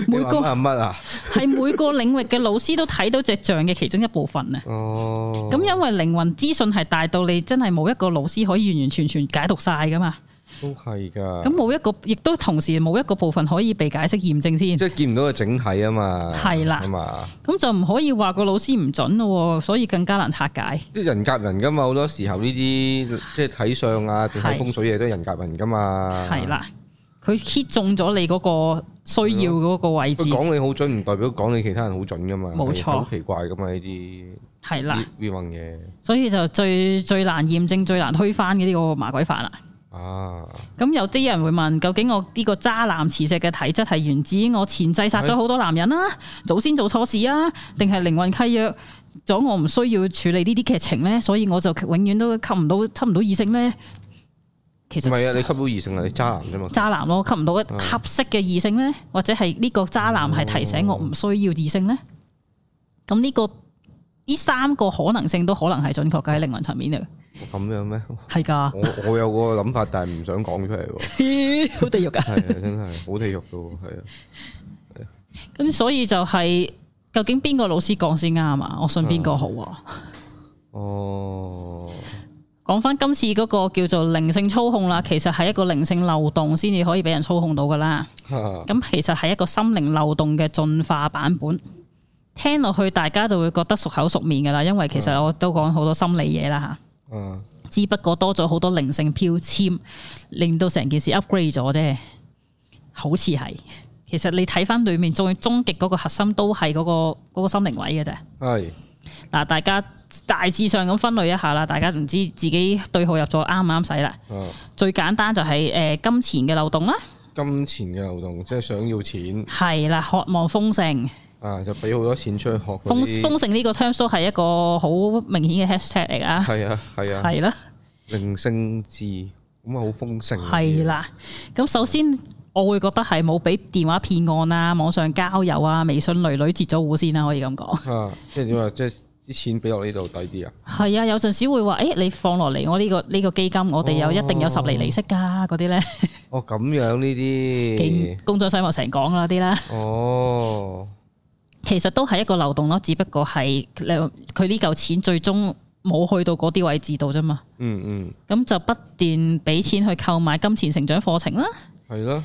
[SPEAKER 2] 每
[SPEAKER 1] 你話
[SPEAKER 2] 個
[SPEAKER 1] 乜乜啊？
[SPEAKER 2] 係每個領域嘅老師都睇到隻象嘅其中一部分啊。
[SPEAKER 1] 哦，
[SPEAKER 2] 咁因為靈魂資訊係大到你真係冇一個老師可以完完全全解讀晒噶嘛，
[SPEAKER 1] 都係㗎，
[SPEAKER 2] 咁冇一個，亦都同時冇一個部分可以被解釋驗證
[SPEAKER 1] 即
[SPEAKER 2] 先，
[SPEAKER 1] 係見唔到個整體啊嘛，
[SPEAKER 2] 係啦
[SPEAKER 1] 啊嘛，
[SPEAKER 2] 咁就唔可以話個老師唔準咯喎，所以更加難拆解。
[SPEAKER 1] 即係人夾人㗎嘛，好多時候呢啲即係睇相啊，定係
[SPEAKER 2] 係
[SPEAKER 1] 風水嘢都係人夾人㗎嘛，
[SPEAKER 2] 係。啦，佢 hit 中咗你嗰個需要嗰個位置
[SPEAKER 1] 佢，講你好準，唔代表講你其他人好準㗎嘛，
[SPEAKER 2] 冇錯
[SPEAKER 1] 係好奇怪㗎嘛呢啲
[SPEAKER 2] 係
[SPEAKER 1] 呢
[SPEAKER 2] 啦，
[SPEAKER 1] 呢樣嘢
[SPEAKER 2] 所以就最最難驗證、最難推翻嘅呢個麻鬼飯啦。
[SPEAKER 1] 啊，
[SPEAKER 2] 咁有啲人會問，究竟我呢個渣男磁石嘅體質係源自於我前世殺咗好多男人啦、祖先做錯事啊，定係靈魂契約咗我唔需要處理呢啲劇情呢？所以我就永遠都吸唔到吸唔到異性呢？其
[SPEAKER 1] 唔係
[SPEAKER 2] 實
[SPEAKER 1] 啊，你吸到異性啊，你渣嗯男啫嘛，
[SPEAKER 2] 渣男咯，吸唔到一合適嘅異性呢，或者係呢個渣男係提醒
[SPEAKER 1] 嗯
[SPEAKER 2] 我唔需要異性呢？咁呢、個呢三個可能性都可能係準確嘅喺靈魂層面嚟，
[SPEAKER 1] 咁樣咩？
[SPEAKER 2] 係㗎，
[SPEAKER 1] 我我有個諗法，但係唔想講出嚟喎，
[SPEAKER 2] 好地獄㗎。
[SPEAKER 1] 係啊，真係好地獄㗎喎，係啊，
[SPEAKER 2] 咁所以就係究竟邊個老師講先啱啊？我信邊個好啊？
[SPEAKER 1] 哦，
[SPEAKER 2] 講翻今次嗰個叫做靈性操控啦，其實係一個靈性漏洞先至可以俾人操控到噶啦。
[SPEAKER 1] 哈
[SPEAKER 2] 咁其實係一個心靈漏洞嘅進化版本。聽落去大家就會覺得熟口熟面噶啦，因為其實我都講好多心理嘢啦吓，
[SPEAKER 1] 啊，
[SPEAKER 2] 只不過多咗好多靈性標籤，令到成件事 upgrade 咗啫。好似係，其實你睇翻裡面最終極嗰個核心都係嗰、個嗰個心靈位嘅啫。
[SPEAKER 1] 係
[SPEAKER 2] 嗱，大家大致上咁分類一下啦，大家唔知自己對號入座啱唔啱使啦。
[SPEAKER 1] 啊。
[SPEAKER 2] 最簡單就係、呃金錢嘅漏洞啦，
[SPEAKER 1] 金錢嘅流動，即係想要錢
[SPEAKER 2] 係啦，渴望豐盛，
[SPEAKER 1] 啊，就俾好多錢出去學嗰
[SPEAKER 2] 豐
[SPEAKER 1] 啲
[SPEAKER 2] 豐盛呢個 terms 都係一個好明顯嘅 hashtag 嚟㗎，
[SPEAKER 1] 係啊係啊，
[SPEAKER 2] 係啦，
[SPEAKER 1] 靈性字咁啊好豐盛嘅嘢
[SPEAKER 2] 係，啦。咁首先我會覺得係冇俾電話騙案啊、網上交友啊、微信女女截咗戶先啦，可以咁講。
[SPEAKER 1] 啊，即係點啊，即係啲錢俾落呢度抵啲啊，
[SPEAKER 2] 係啊，有陣時會話，誒、你放落嚟我呢、個呢、個基金，我哋有一定有十厘利息㗎，嗰啲咧，
[SPEAKER 1] 哦咁樣呢啲，
[SPEAKER 2] 工作商務成講啦啲啦。
[SPEAKER 1] 哦
[SPEAKER 2] 其實都係一個漏洞咯，只不過係你佢呢嚿錢最終冇去到嗰啲位置度啫嘛，
[SPEAKER 1] 嗯
[SPEAKER 2] 咁就不斷俾錢去購買金錢成長課程啦，
[SPEAKER 1] 嗯係咯，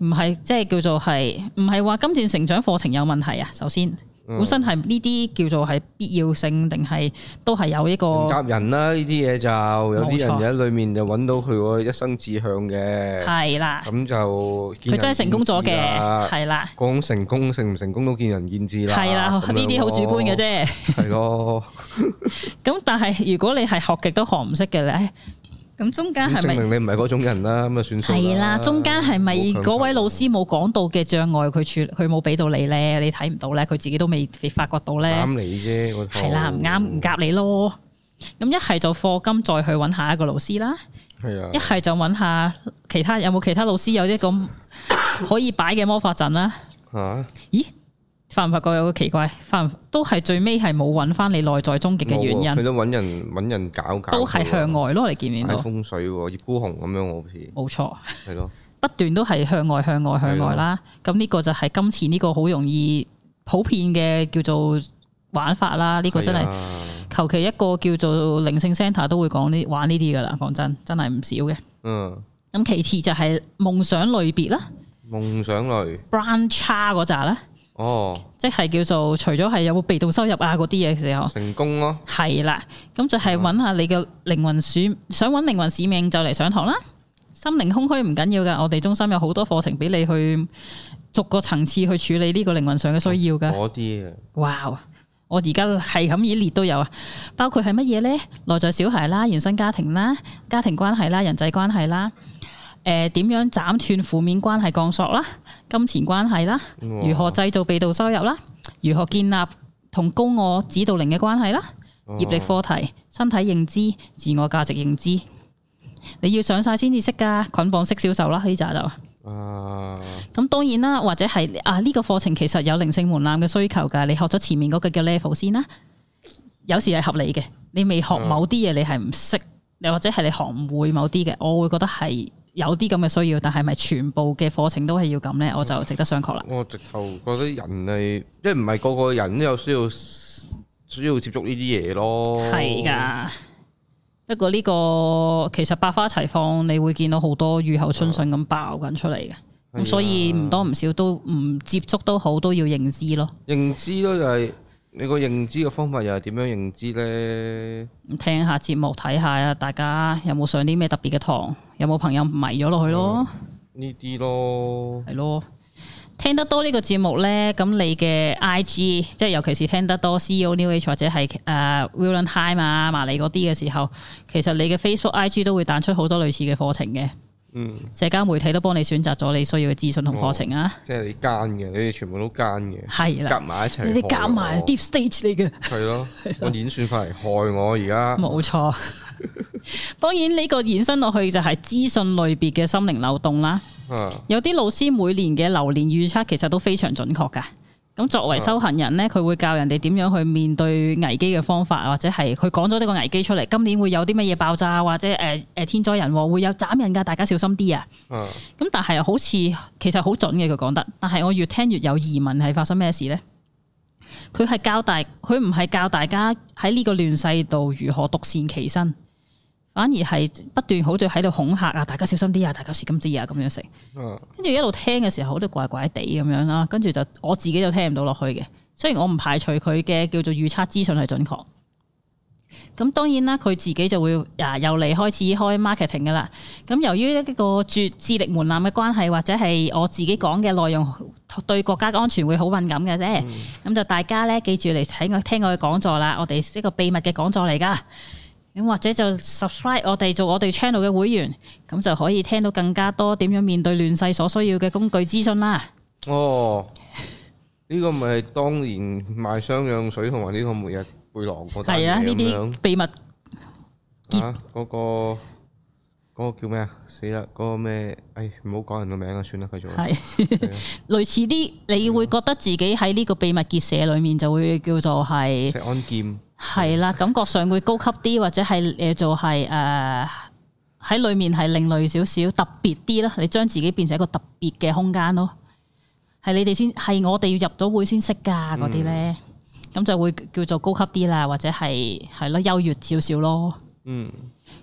[SPEAKER 2] 唔係即係叫做係唔係話金錢成長課程有問題啊？首先
[SPEAKER 1] 嗯
[SPEAKER 2] 本身係呢啲叫做係必要性定係都係有呢個
[SPEAKER 1] 人夾人啦呢啲嘢就有啲
[SPEAKER 2] 哦冇錯
[SPEAKER 1] 人就喺裡面就揾到佢個一生志向嘅，
[SPEAKER 2] 係啦，
[SPEAKER 1] 咁就見
[SPEAKER 2] 佢
[SPEAKER 1] 仁
[SPEAKER 2] 真係成功咗
[SPEAKER 1] 見
[SPEAKER 2] 嘅
[SPEAKER 1] 智啦，
[SPEAKER 2] 係啦
[SPEAKER 1] 嗰種成功成唔成功都見仁見智啦，
[SPEAKER 2] 係啦，呢
[SPEAKER 1] 咁樣
[SPEAKER 2] 啲好主觀嘅
[SPEAKER 1] 咯，
[SPEAKER 2] 啫。
[SPEAKER 1] 係 咯。
[SPEAKER 2] 咁但係如果你係學極都學唔識嘅咧，咁中間
[SPEAKER 1] 咁
[SPEAKER 2] 啊係咪
[SPEAKER 1] 證？明你唔係嗰種人啦，咁啊算數
[SPEAKER 2] 係啦，中間係咪
[SPEAKER 1] 冇強求
[SPEAKER 2] 嗰位老師冇講到嘅障礙，佢處佢冇俾到你咧？你睇唔到咧，佢自己都未未發掘到咧
[SPEAKER 1] 啱，你啫？嗰套
[SPEAKER 2] 係啦，唔啱唔，夾你咯。咁一係就課金再去揾下一個老師啦，
[SPEAKER 1] 係啊
[SPEAKER 2] 一，係就揾下其他有冇其他老師有啲咁可以擺嘅魔法陣啦。
[SPEAKER 1] 嚇
[SPEAKER 2] 咦，發唔發覺有個奇怪？發唔都係最尾係冇揾翻你內在終極嘅原
[SPEAKER 1] 冇喎佢
[SPEAKER 2] 因，
[SPEAKER 1] 都揾人揾人搞搞，
[SPEAKER 2] 都係向外咯。你見唔見
[SPEAKER 1] 睇
[SPEAKER 2] 到？
[SPEAKER 1] 風水喎，葉孤雄咁樣喎好似
[SPEAKER 2] 冇錯。
[SPEAKER 1] 係咯，
[SPEAKER 2] 不斷都係向外、向外、向外啦。咁呢個就係啊今次呢個好容易普遍嘅叫做玩法啦。呢、個真係啊
[SPEAKER 1] 係，啊
[SPEAKER 2] 求其一個叫做靈性 centre 都會講呢玩呢啲噶啦。講真，真係唔少嘅。
[SPEAKER 1] 嗯，
[SPEAKER 2] 咁其次就係夢想類別啦
[SPEAKER 1] 夢想類，
[SPEAKER 2] ，branch 嗰扎啦，
[SPEAKER 1] 哦，
[SPEAKER 2] 即係叫做除咗係有冇被動收入啊嗰啲嘢嘅時候。
[SPEAKER 1] 成功咯，
[SPEAKER 2] 係啦，咁就係揾下你嘅靈魂使，想揾靈魂使命就嚟上堂啦。心靈空虛唔緊要噶，我哋中心有好多課程俾你去逐個層次去處理呢個靈魂上嘅需要噶。
[SPEAKER 1] 嗰啲啊，
[SPEAKER 2] 哇！我而家係咁以列都有啊，包括係乜嘢呢？內在小孩啦、原生家庭啦、家庭關係啦、人際關係啦，誒、點樣斬斷負面關係鋼索啦，金錢關係啦，
[SPEAKER 1] 如
[SPEAKER 2] 如何製造被動收入啦，如何建立同高我指導靈嘅關係啦。
[SPEAKER 1] 哦
[SPEAKER 2] 業力課題、身體認知、自我價值認知，你要上晒先至識㗎，捆綁式銷售啦呢扎就。
[SPEAKER 1] 啊？
[SPEAKER 2] 咁當然啦，或者係啊呢、個課程其實有靈性門檻嘅需求㗎，你學咗前面嗰個叫 level 先啦。有時係合理嘅，你未學
[SPEAKER 1] 嗯
[SPEAKER 2] 某啲嘢，你係唔識，又或者係你學唔會某啲嘅，我會覺得係有啲咁嘅需要，但係咪全部嘅課程都係要咁呢？我就值得商榷啦。
[SPEAKER 1] 我直頭覺得人係，即係唔係個個人都有需要需要接觸呢啲嘢咯。
[SPEAKER 2] 係㗎。不過呢個其實百花齊放，你會見到好多雨後春筍咁爆緊出嚟嘅。
[SPEAKER 1] 係啊
[SPEAKER 2] 咁所以唔多唔少都唔接觸都好，都要認知咯。
[SPEAKER 1] 認知咯，就係你個認知嘅方法又係點樣認知咧？
[SPEAKER 2] 聽下節目睇下啊，大家有冇上啲咩特別嘅堂？有冇朋友迷咗落去咯？
[SPEAKER 1] 呢啲咯，
[SPEAKER 2] 係咯。聽得多呢個節目呢，咁你嘅 I G，即係尤其是聽得多 C E O New Age 或者係誒 w i l l a n Time 啊、麻利嗰啲嘅時候，其實你嘅 Facebook I G 都會彈出好多類似嘅課程嘅。
[SPEAKER 1] 嗯，
[SPEAKER 2] 社交媒體都幫你選擇咗你需要嘅資訊同課程啊，
[SPEAKER 1] 即係你奸嘅，你哋全部都奸嘅，
[SPEAKER 2] 係
[SPEAKER 1] 夾
[SPEAKER 2] 啦，
[SPEAKER 1] 埋一啊齊。
[SPEAKER 2] 你哋夾埋 deep stage 嚟嘅。
[SPEAKER 1] 係咯，個演算法嚟害我 而家。
[SPEAKER 2] 冇錯，當然呢個延伸落去就係資訊類別嘅心靈漏洞啦。
[SPEAKER 1] 啊，
[SPEAKER 2] 有啲老師每年嘅流年預測其實都非常準確㗎。咁作為修行人呢，佢會教人哋點樣去面對危機嘅方法，或者係佢講咗呢個危機出嚟，今年會有啲乜嘢爆炸，或者誒誒、天災人禍會有斬人㗎，大家小心啲啊！
[SPEAKER 1] 啊，
[SPEAKER 2] 咁但係好似其實好準嘅佢講得，但係我越聽越有疑問，係發生咩事呢？佢係教大，佢唔係教大家喺呢個亂世度如何獨善其身，反而係不斷好似喺度恐嚇啊！大家小心啲啊！大家小心啲啊！咁樣食，
[SPEAKER 1] 啊，
[SPEAKER 2] 跟住一路聽嘅時候，我都怪怪地咁樣啦。跟住就我自己就聽唔到落去嘅。雖然我唔排除佢嘅叫做預測資訊係準確。咁當然啦，佢自己就會啊由嚟開始開 marketing 噶啦。咁由於一個絕智力門檻嘅關係，或者係我自己講嘅內容對國家嘅安全會好敏感嘅啫。咁、就大家咧記住嚟睇我聽我嘅講座啦，我哋一個秘密嘅講座嚟噶。咁或者就 subscribe 我哋做我哋 channel 嘅會員，咁就可以聽到更加多點樣面對亂世所需要嘅工具資訊啦。
[SPEAKER 1] 哦，呢個咪係當年賣雙氧水同埋呢個末日背囊嗰單
[SPEAKER 2] 係啊，
[SPEAKER 1] 嘢
[SPEAKER 2] 呢
[SPEAKER 1] 咁樣
[SPEAKER 2] 啲。秘密結
[SPEAKER 1] 啊，嗰、個嗰、個叫咩啊？死啦！嗰、個咩？唉，唔好講人個名啊，算啦，繼續啦。
[SPEAKER 2] 係
[SPEAKER 1] 啊
[SPEAKER 2] 類似啲，你
[SPEAKER 1] 嗯
[SPEAKER 2] 會覺得自己喺呢個秘密結社裏面就會叫做係
[SPEAKER 1] 石安劍
[SPEAKER 2] 係啦，感覺上會高級啲，或者係誒做係誒喺裏面係另類少少特別啲啦。你將自己變成一個特別嘅空間咯，係你哋先係我哋要入咗會先識㗎嗰啲咧，咁、就會叫做高級啲啦，或者係係咯優越少少咯。
[SPEAKER 1] 嗯，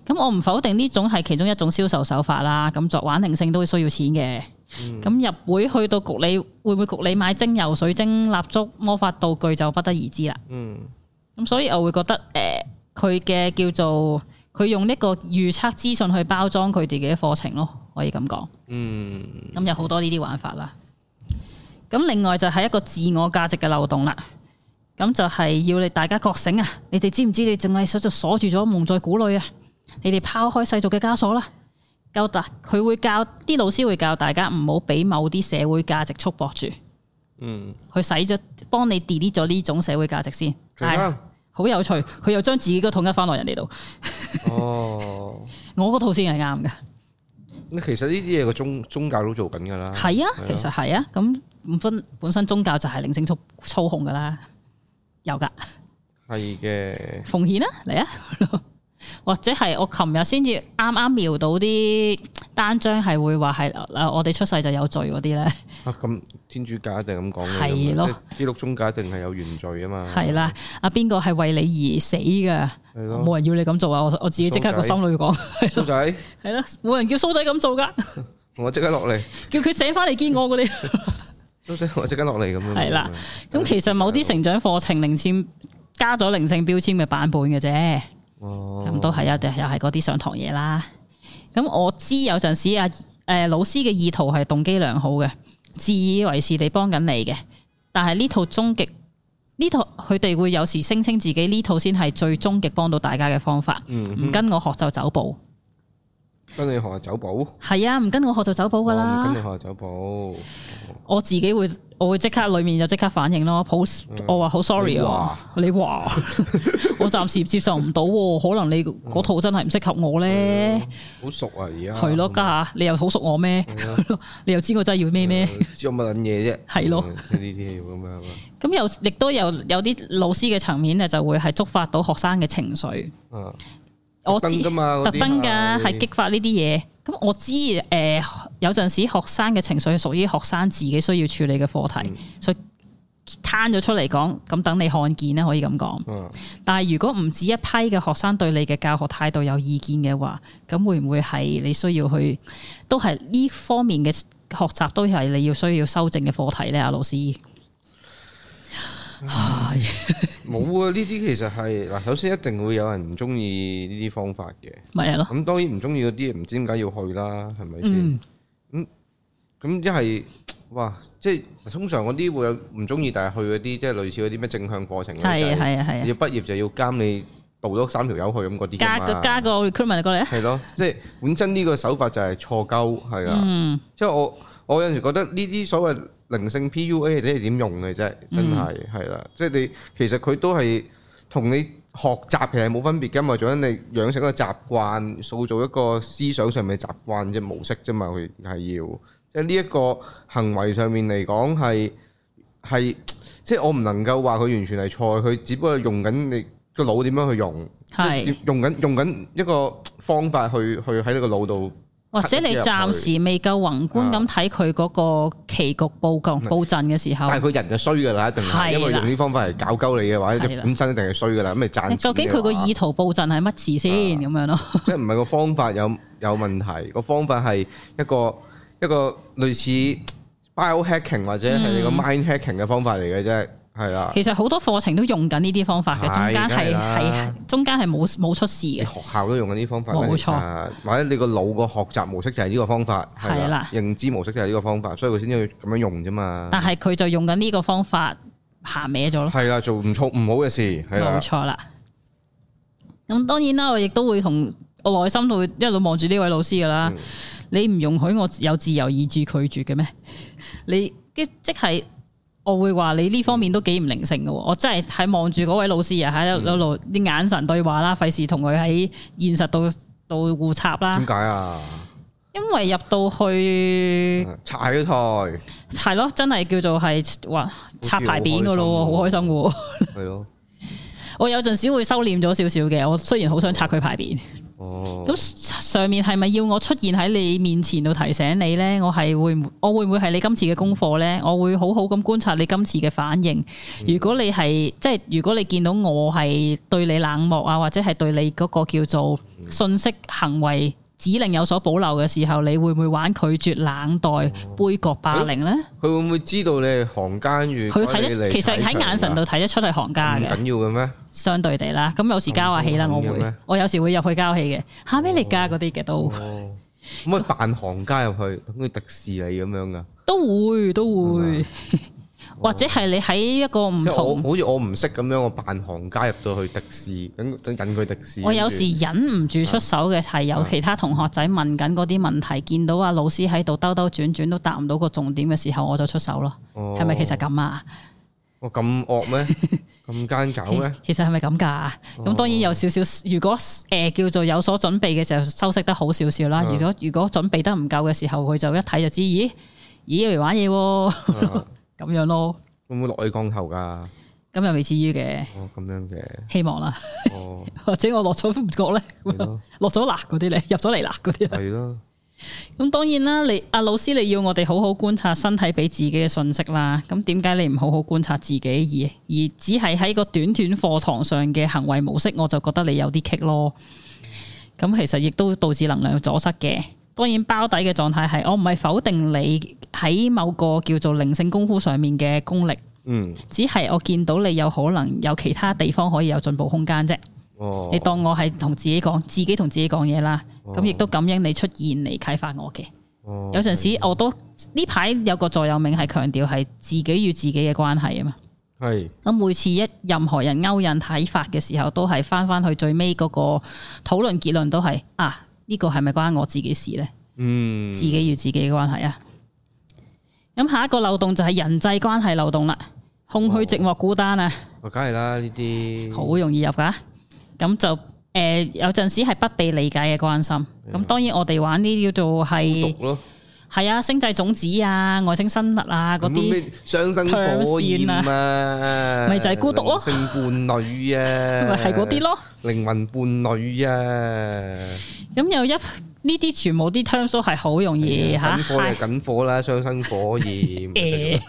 [SPEAKER 2] 咁我唔否定呢種係其中一種銷售手法啦。咁作玩靈性都會需要錢嘅。咁、入會去到局你會唔會局你買精油、水晶、蠟燭、魔法道具就不得而知啦。
[SPEAKER 1] 嗯，
[SPEAKER 2] 咁所以我會覺得誒，佢、嘅叫做佢用呢個預測資訊去包裝佢自己嘅課程咯，可以咁講。
[SPEAKER 1] 嗯，
[SPEAKER 2] 咁有好多呢啲玩法啦。咁另外就係一個自我價值嘅漏洞啦。咁就係要你大家覺醒啊！你哋知唔知你淨係鎖住鎖住咗蒙在鼓裏啊？你哋拋開世俗嘅枷鎖啦！教大佢會教啲老師會教大家唔好俾某啲社會價值束縛住，
[SPEAKER 1] 嗯，
[SPEAKER 2] 佢洗咗幫你 delete 咗呢種社會價值先。
[SPEAKER 1] 徐生，
[SPEAKER 2] 好有趣，佢又將自己個統一翻落人哋度，
[SPEAKER 1] 哦，
[SPEAKER 2] 我嗰套先係啱嘅。
[SPEAKER 1] 啊咁其實呢啲嘢個宗宗教都做緊㗎啦。
[SPEAKER 2] 係啊，其實係啊，咁唔分本身宗教就係靈性操操控噶啦，有噶
[SPEAKER 1] 係嘅，
[SPEAKER 2] 奉獻啦，嚟啊！ 或者係我琴日先至啱啱瞄到啲單張係會話係啊我哋出世就有罪嗰啲咧，
[SPEAKER 1] 啊咁天主教一定咁講嘅，
[SPEAKER 2] 係
[SPEAKER 1] 咁
[SPEAKER 2] 咯
[SPEAKER 1] 即係基督宗教一定係有原罪啊嘛。
[SPEAKER 2] 係啦，啊邊個係為你而死嘅？
[SPEAKER 1] 係咯，
[SPEAKER 2] 冇人要你咁做啊！我我自己即刻個心裏講，
[SPEAKER 1] 蘇仔，
[SPEAKER 2] 係啦，冇人叫蘇仔咁做噶，
[SPEAKER 1] 同我即刻落嚟，
[SPEAKER 2] 叫佢醒翻嚟見我嗰啲。
[SPEAKER 1] 蘇仔，同我即刻落嚟咁樣。
[SPEAKER 2] 係啦，咁其實某啲成長課程零線加咗靈性標籤嘅版本嘅啫，咁、
[SPEAKER 1] 哦，
[SPEAKER 2] 都係有啲又係嗰啲上堂嘢啦。咁我知有陣時啊，誒、老師嘅意圖係動機良好嘅，自以為是地幫緊你嘅，但係呢套終極呢套佢哋會有時聲稱自
[SPEAKER 1] Ừ,
[SPEAKER 2] 己呢套先係最終極幫到大家嘅方法，唔、
[SPEAKER 1] 嗯，
[SPEAKER 2] 跟我學就走步。
[SPEAKER 1] 跟你學下走寶，我
[SPEAKER 2] 係啊，唔跟我學就走寶噶
[SPEAKER 1] 哦唔跟
[SPEAKER 2] 啦
[SPEAKER 1] 你。學下走寶。
[SPEAKER 2] 我自己會，我會即刻裡面就即刻反應咯。好，我話好 sorry 啊，嗯你 話我暫時接受唔到喎，可能你嗰套真係唔適合我咧。
[SPEAKER 1] 好熟啊，而家
[SPEAKER 2] 係咯，家下你又好熟我咩？ 你又知我真係要咩咩？
[SPEAKER 1] 誒呃知我乜撚嘢啫？
[SPEAKER 2] 係咯
[SPEAKER 1] 嗯，即係呢啲要咁樣啊
[SPEAKER 2] 咁又亦都有有啲老師嘅層面咧，就會係觸發到學生嘅情緒。
[SPEAKER 1] 啊，
[SPEAKER 2] 我
[SPEAKER 1] 特
[SPEAKER 2] 知
[SPEAKER 1] 登㗎嘛嗰
[SPEAKER 2] 特
[SPEAKER 1] 啲
[SPEAKER 2] 登
[SPEAKER 1] 係
[SPEAKER 2] 㗎，係激發呢啲嘢。咁我知誒、呃有陣時學生嘅情緒係屬於學生自己需要處理嘅課題，
[SPEAKER 1] 嗯
[SPEAKER 2] 所以攤咗出嚟講，咁等你看見咧，可以咁講。
[SPEAKER 1] 嗯
[SPEAKER 2] 但係如果唔止一批嘅學生對你嘅教學態度有意見嘅話，咁會唔會係你需要去都係呢方面嘅學習都係你要需要修正嘅課題咧？阿老師，唉
[SPEAKER 1] 冇啊！呢啲其實係嗱，首先一定會有人唔中意呢啲方法嘅。
[SPEAKER 2] 咪係咯，
[SPEAKER 1] 咁當然唔中意嗰啲，唔知點解要去啦，係咪先
[SPEAKER 2] 嗯？
[SPEAKER 1] 咁一係哇，即係通常嗰啲會有唔中意，但係去嗰啲即係類似嗰啲咩正向課程嗰啲
[SPEAKER 2] 係
[SPEAKER 1] 就
[SPEAKER 2] 啊係啊係啊。
[SPEAKER 1] 要畢業就要監你導咗三條友去咁嗰啲㗎
[SPEAKER 2] 加
[SPEAKER 1] 嘛
[SPEAKER 2] 個加個 recruitment 過嚟啊！
[SPEAKER 1] 係咯，即係本身呢個手法就係錯鳩係啊啦。
[SPEAKER 2] 嗯，
[SPEAKER 1] 即係我我有陣時覺得呢啲所謂靈性 PUA 你係點用嘅啫，真係係啦。即係你其實佢都係同你學習其實冇分別㗎嘛，做緊你養成一個習慣，塑造一個思想上面嘅習慣啫模式啫嘛，佢係要即係呢一個行為上面嚟講係係即係我唔能夠話佢完全係錯，佢只不過用緊你個腦點樣去用，即
[SPEAKER 2] 係
[SPEAKER 1] 係用緊用緊一個方法去去喺你個腦度。
[SPEAKER 2] 或者你暫時未夠宏觀
[SPEAKER 1] 啊
[SPEAKER 2] 咁睇佢嗰個棋局
[SPEAKER 1] 嗯
[SPEAKER 2] 佈局佈陣嘅時候，
[SPEAKER 1] 但係佢人就衰㗎啦，一定
[SPEAKER 2] 哦係啦
[SPEAKER 1] 係，因為用呢方法嚟搞鳩你嘅話，
[SPEAKER 2] 係啦
[SPEAKER 1] 本身一定係衰㗎啦。咁咪賺錢嘅話
[SPEAKER 2] 究竟佢
[SPEAKER 1] 啊
[SPEAKER 2] 個意圖佈陣係乜詞先咁樣咯？
[SPEAKER 1] 即係唔係個方法有有問題？個方法係一個一個類似 biohacking 或者
[SPEAKER 2] 嗯
[SPEAKER 1] 係你個 mind hacking 嘅方法嚟嘅啫，係啦。
[SPEAKER 2] 其實好多課程都用緊呢啲方法嘅，中
[SPEAKER 1] 啊係
[SPEAKER 2] 間係
[SPEAKER 1] 梗係啦
[SPEAKER 2] 係中間係冇冇出事
[SPEAKER 1] 你
[SPEAKER 2] 嘅，
[SPEAKER 1] 學校都用緊呢方法啦，
[SPEAKER 2] 冇錯
[SPEAKER 1] 其實，或者你個腦個學習模式就係呢個方法，係
[SPEAKER 2] 係
[SPEAKER 1] 啦
[SPEAKER 2] 啦，
[SPEAKER 1] 認知模式就係呢個方法，所以佢先至咁樣用啫嘛。
[SPEAKER 2] 但係佢就用緊呢個方法行歪咗咯。
[SPEAKER 1] 係啦，做唔錯唔好嘅事，係啊啦
[SPEAKER 2] 冇，錯啦。咁當然啦，我亦都會同我內心都會一路望住呢位老師噶啦。你唔容許我有自由意志拒絕嘅咩？你即即係我會話你呢方面都幾唔靈性嘅喎。我真係喺望住嗰位老師啊，喺度度啲眼神對話啦，費事同佢喺現實度度互插啦
[SPEAKER 1] 點。解啊？
[SPEAKER 2] 因為入到去
[SPEAKER 1] 踩咗台，
[SPEAKER 2] 係咯，真係叫做係話插牌匾嘅咯喎，好
[SPEAKER 1] 好
[SPEAKER 2] 開
[SPEAKER 1] 似
[SPEAKER 2] 心
[SPEAKER 1] 好開心喎
[SPEAKER 2] 嘅喎。
[SPEAKER 1] 係咯，
[SPEAKER 2] 我有陣時會收斂咗少少嘅，我雖然好想拆佢牌匾。
[SPEAKER 1] 哦，
[SPEAKER 2] 咁上面係咪要我出現喺你面前度提醒你呢？我係會唔我會唔會係你今次嘅功課呢？我會好好咁觀察你今次嘅反應。
[SPEAKER 1] 嗯
[SPEAKER 2] 如果你係即係如果你見到我係對你冷漠啊，或者係對你嗰個叫做
[SPEAKER 1] 嗯
[SPEAKER 2] 信息行為指令有所保留嘅時候，你會唔會玩拒絕、冷待、
[SPEAKER 1] 哦
[SPEAKER 2] 杯葛、霸凌呢？
[SPEAKER 1] 佢會唔會知道你係行間與
[SPEAKER 2] 佢睇
[SPEAKER 1] 改你嚟啊
[SPEAKER 2] 得其實喺眼神度睇得出係行家
[SPEAKER 1] 唔
[SPEAKER 2] 嘅。
[SPEAKER 1] 緊要嘅咩？
[SPEAKER 2] 相對地啦，咁有時交下氣啦，
[SPEAKER 1] 嗯咁
[SPEAKER 2] 我
[SPEAKER 1] 嘅
[SPEAKER 2] 會
[SPEAKER 1] 咩，
[SPEAKER 2] 我有時會入去交氣嘅，嚇咩嚟㗎嗰啲嘅都。
[SPEAKER 1] 哦，可唔可以扮行家入去，等佢迪士尼咁樣噶？
[SPEAKER 2] 都會都
[SPEAKER 1] 係
[SPEAKER 2] 會，或者係你喺一個唔
[SPEAKER 1] 即係我
[SPEAKER 2] 同，
[SPEAKER 1] 好似我唔識咁樣，我扮行家入到去迪士，等等引佢迪士。
[SPEAKER 2] 我啊有時忍唔住出手嘅係有其他同學仔問緊嗰啲問題，見到啊老師喺度兜兜轉轉都答唔到個重點嘅時候，我就出手咯。
[SPEAKER 1] 哦
[SPEAKER 2] 係咪其實咁啊？
[SPEAKER 1] 我咁惡 咩？咁奸狡咩？
[SPEAKER 2] 其實係咪咁㗎？咁當然有少少，如果誒、呃叫做有所準備嘅時候，修飾得好少少啦。
[SPEAKER 1] 嗯
[SPEAKER 2] 如果如果準備得唔夠嘅時候，佢就一睇就知，咦咦嚟玩嘢喎
[SPEAKER 1] 啊
[SPEAKER 2] 咁樣咯。
[SPEAKER 1] 會唔會落你降頭㗎？
[SPEAKER 2] 咁又未至於嘅，
[SPEAKER 1] 哦，咁樣 嘅，
[SPEAKER 2] 希望啦，
[SPEAKER 1] 哦，
[SPEAKER 2] 或者我落咗唔覺咧。
[SPEAKER 1] 係咯，
[SPEAKER 2] 落咗辣嗰啲咧，入咗嚟辣嗰啲咧。
[SPEAKER 1] 係咯，
[SPEAKER 2] 咁當然啦，你阿老師你要我哋好好觀察身體俾自己嘅信息啦。咁點解你唔好好觀察自己，而而只係喺個短短課堂上嘅行為模式，我就覺得你有啲棘咯。咁其實亦都導致能量阻塞嘅。當然包底嘅狀態係，我唔係否定你喺某個叫做靈性功夫上面嘅功力，
[SPEAKER 1] 嗯，
[SPEAKER 2] 只係我見到你有可能有其他地方可以有進步空間啫。
[SPEAKER 1] 哦，
[SPEAKER 2] 你當我係同自己講，自己同自己講嘢啦，咁亦都感應你出現嚟啟發我嘅。
[SPEAKER 1] 哦
[SPEAKER 2] 有陣時我都呢排有個座右銘係強調係自己與自己嘅關係啊嘛。
[SPEAKER 1] 係
[SPEAKER 2] 咁每次一任何人勾引睇法嘅時候，都係翻翻去最尾嗰個討論結論都係啊，呢個係咪關我自己事呢？
[SPEAKER 1] 嗯，
[SPEAKER 2] 自己與自己嘅關係啊。咁下一個漏洞就係人際關係漏洞啦，空虛、
[SPEAKER 1] 哦
[SPEAKER 2] 寂寞、孤單啊，
[SPEAKER 1] 我梗係啦呢啲，
[SPEAKER 2] 好容易入噶。咁就诶、有陣時係不被理解嘅關心。咁當然我哋玩呢啲叫做係
[SPEAKER 1] 毒咯，
[SPEAKER 2] 係啊，星際種子啊，外星生物啊嗰
[SPEAKER 1] 嗰
[SPEAKER 2] 啲。
[SPEAKER 1] 啲雙生火焰啊，
[SPEAKER 2] 咪就係孤獨咯
[SPEAKER 1] 靈性伴侶啊，
[SPEAKER 2] 咪係嗰啲，咯，
[SPEAKER 1] 靈魂伴侶啊，
[SPEAKER 2] 咁有一呢啲全部啲 terms 都係好容易吓，
[SPEAKER 1] 緊火
[SPEAKER 2] 係啊
[SPEAKER 1] 就緊火啦，雙生火焰，
[SPEAKER 2] 誒，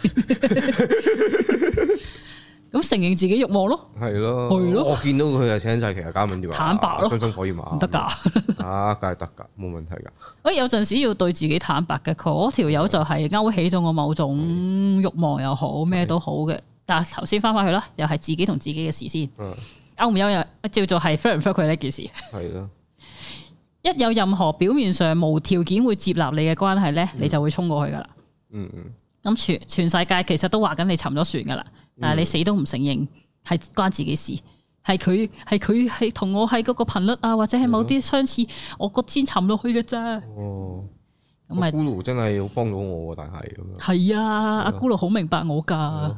[SPEAKER 2] 咁承認自己欲望咯，
[SPEAKER 1] 係咯，
[SPEAKER 2] 係咯
[SPEAKER 1] 我見到佢就請晒其他嘉賓啫嘛，
[SPEAKER 2] 坦白咯
[SPEAKER 1] 雙生火焰啊，
[SPEAKER 2] 唔得㗎。
[SPEAKER 1] 啊，梗係得㗎，冇問題㗎。
[SPEAKER 2] 喂，有陣時要對自己坦白嘅，嗰條友就係勾起咗我某種欲望又好，咩都好嘅。但係頭先翻返去啦，又係自己同自己嘅事先，
[SPEAKER 1] 嗯，
[SPEAKER 2] 勾唔勾又照做係 fair 唔 fair 佢呢件事。
[SPEAKER 1] 係咯，
[SPEAKER 2] 一有任何表面上無條件會接納你嘅關係咧，你就會衝過去㗎啦。
[SPEAKER 1] 嗯嗯，
[SPEAKER 2] 咁全全世界其實都話緊你沉咗船㗎啦，但係你死都唔承認，係關自己事。係佢係佢係同我喺嗰個頻率啊，或者係某啲相似，我個先沉落去嘅咋，
[SPEAKER 1] 哦，
[SPEAKER 2] 咁咪
[SPEAKER 1] 個咕嚕真係好幫到我喎，但係咁樣
[SPEAKER 2] 係啊，阿咕嚕好明白我噶，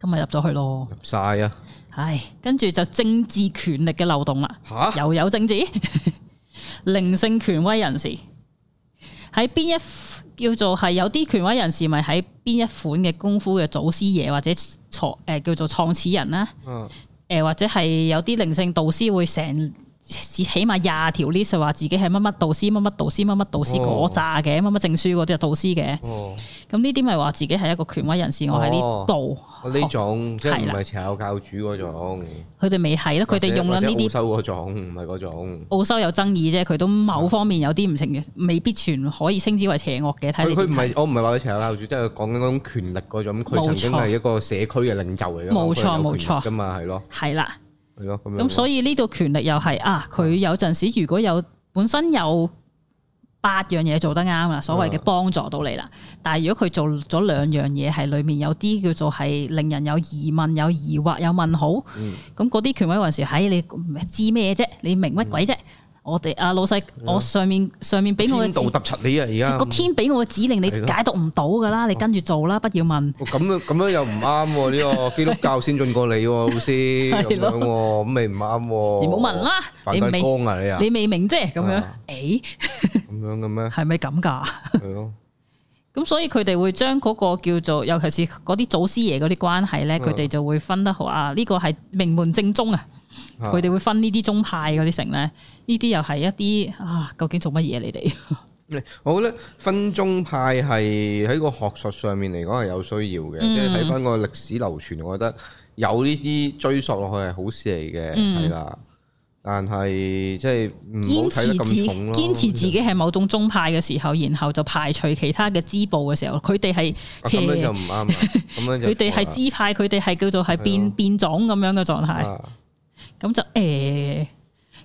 [SPEAKER 2] 咁咪入咗去咯。
[SPEAKER 1] 入晒啊，
[SPEAKER 2] 唉，跟住就政治權力嘅漏洞啦，
[SPEAKER 1] 吓？
[SPEAKER 2] 又有政治 靈性權威人士喺邊一叫做係有啲權威人士咪喺邊一款嘅功夫嘅祖師爺或者創誒、叫做創始人啦，
[SPEAKER 1] 嗯
[SPEAKER 2] 誒、或者係有啲靈性導師會成。起起碼廿條 list 話自己係乜乜導師、乜乜導師、乜乜導師
[SPEAKER 1] 哦
[SPEAKER 2] 嗰扎嘅，乜乜證書嗰啲係導師嘅。
[SPEAKER 1] 哦。
[SPEAKER 2] 咁呢啲咪話自己係一個權威人士，我喺呢度
[SPEAKER 1] 呢種即係唔
[SPEAKER 2] 係啦
[SPEAKER 1] 係邪教教主嗰種，
[SPEAKER 2] 學，佢哋未係咯，佢哋用緊呢
[SPEAKER 1] 或者
[SPEAKER 2] 啲
[SPEAKER 1] 澳洲嗰種，唔係嗰種。
[SPEAKER 2] 澳洲有爭議啫，佢都某方面有啲唔情願，未必全可以稱之為邪惡嘅。睇
[SPEAKER 1] 佢
[SPEAKER 2] 你
[SPEAKER 1] 佢唔
[SPEAKER 2] 點睇
[SPEAKER 1] 係我唔係話佢邪教教主，即係講緊嗰種權力嗰種。佢
[SPEAKER 2] 冇錯
[SPEAKER 1] 曾經係一個社區嘅領袖嚟㗎嘛，
[SPEAKER 2] 冇錯冇錯
[SPEAKER 1] 噶嘛，係咯
[SPEAKER 2] 係啦，
[SPEAKER 1] 係咯咁樣。
[SPEAKER 2] 咁所以呢度權力又係啊，佢有陣時如果有本身有八樣嘢做得啱啦，所謂嘅
[SPEAKER 1] 啊
[SPEAKER 2] 幫助到你啦，但係如果佢做咗兩樣嘢係裡面有啲叫做係令人有疑問、有疑惑、有問號。
[SPEAKER 1] 嗯
[SPEAKER 2] 咁嗰啲權威人士，唉、哎你知咩啫？你明乜鬼啫？
[SPEAKER 1] 嗯
[SPEAKER 2] 我哋啊老細，我上面上面俾我嘅
[SPEAKER 1] 天道
[SPEAKER 2] 指
[SPEAKER 1] 揼柒你啊！而
[SPEAKER 2] 個
[SPEAKER 1] 家
[SPEAKER 2] 天俾我嘅指令，你
[SPEAKER 1] 係咯哦
[SPEAKER 2] 解讀唔到噶啦，你跟住做啦，不要問。
[SPEAKER 1] 咁樣咁樣又唔啱喎，呢個基督教先進過你喎，老師咁
[SPEAKER 2] 係咯
[SPEAKER 1] 樣喎，咁咪唔啱喎。
[SPEAKER 2] 你冇問啦
[SPEAKER 1] 梵
[SPEAKER 2] 你
[SPEAKER 1] 蒂
[SPEAKER 2] 未
[SPEAKER 1] 岡啊你啊，
[SPEAKER 2] 你未明啫，咁樣
[SPEAKER 1] 啊，
[SPEAKER 2] 誒
[SPEAKER 1] 咁樣嘅咩？
[SPEAKER 2] 係咪咁㗎？
[SPEAKER 1] 係咯，
[SPEAKER 2] 咁所以佢哋會將嗰個叫做，尤其是嗰啲祖師爺嗰啲關係咧，
[SPEAKER 1] 嗯
[SPEAKER 2] 佢哋就會分得好啊。呢個係名門正宗啊，
[SPEAKER 1] 啊
[SPEAKER 2] 佢哋會分呢啲宗派嗰啲成咧，呢啲又係一啲啊，究竟做乜嘢你哋？
[SPEAKER 1] 我覺得嗯分宗派係喺個學術上面嚟講係有需要嘅，
[SPEAKER 2] 嗯
[SPEAKER 1] 即係睇翻個歷史流傳，我覺得有呢啲追溯落去係好事嚟嘅，
[SPEAKER 2] 嗯
[SPEAKER 1] 係啦、但係即係唔好
[SPEAKER 2] 堅
[SPEAKER 1] 睇
[SPEAKER 2] 持
[SPEAKER 1] 得
[SPEAKER 2] 自
[SPEAKER 1] 咁重咯。
[SPEAKER 2] 堅持自己係某種宗派嘅時候，然後就排除其他嘅支部嘅時候，佢哋係
[SPEAKER 1] 啊
[SPEAKER 2] 邪，
[SPEAKER 1] 咁樣就
[SPEAKER 2] 佢
[SPEAKER 1] 唔啱 啦，咁樣就
[SPEAKER 2] 哋係支派，佢哋係叫做係
[SPEAKER 1] 係
[SPEAKER 2] 變
[SPEAKER 1] 咯
[SPEAKER 2] 變種咁樣嘅狀態。
[SPEAKER 1] 啊
[SPEAKER 2] 咁就誒，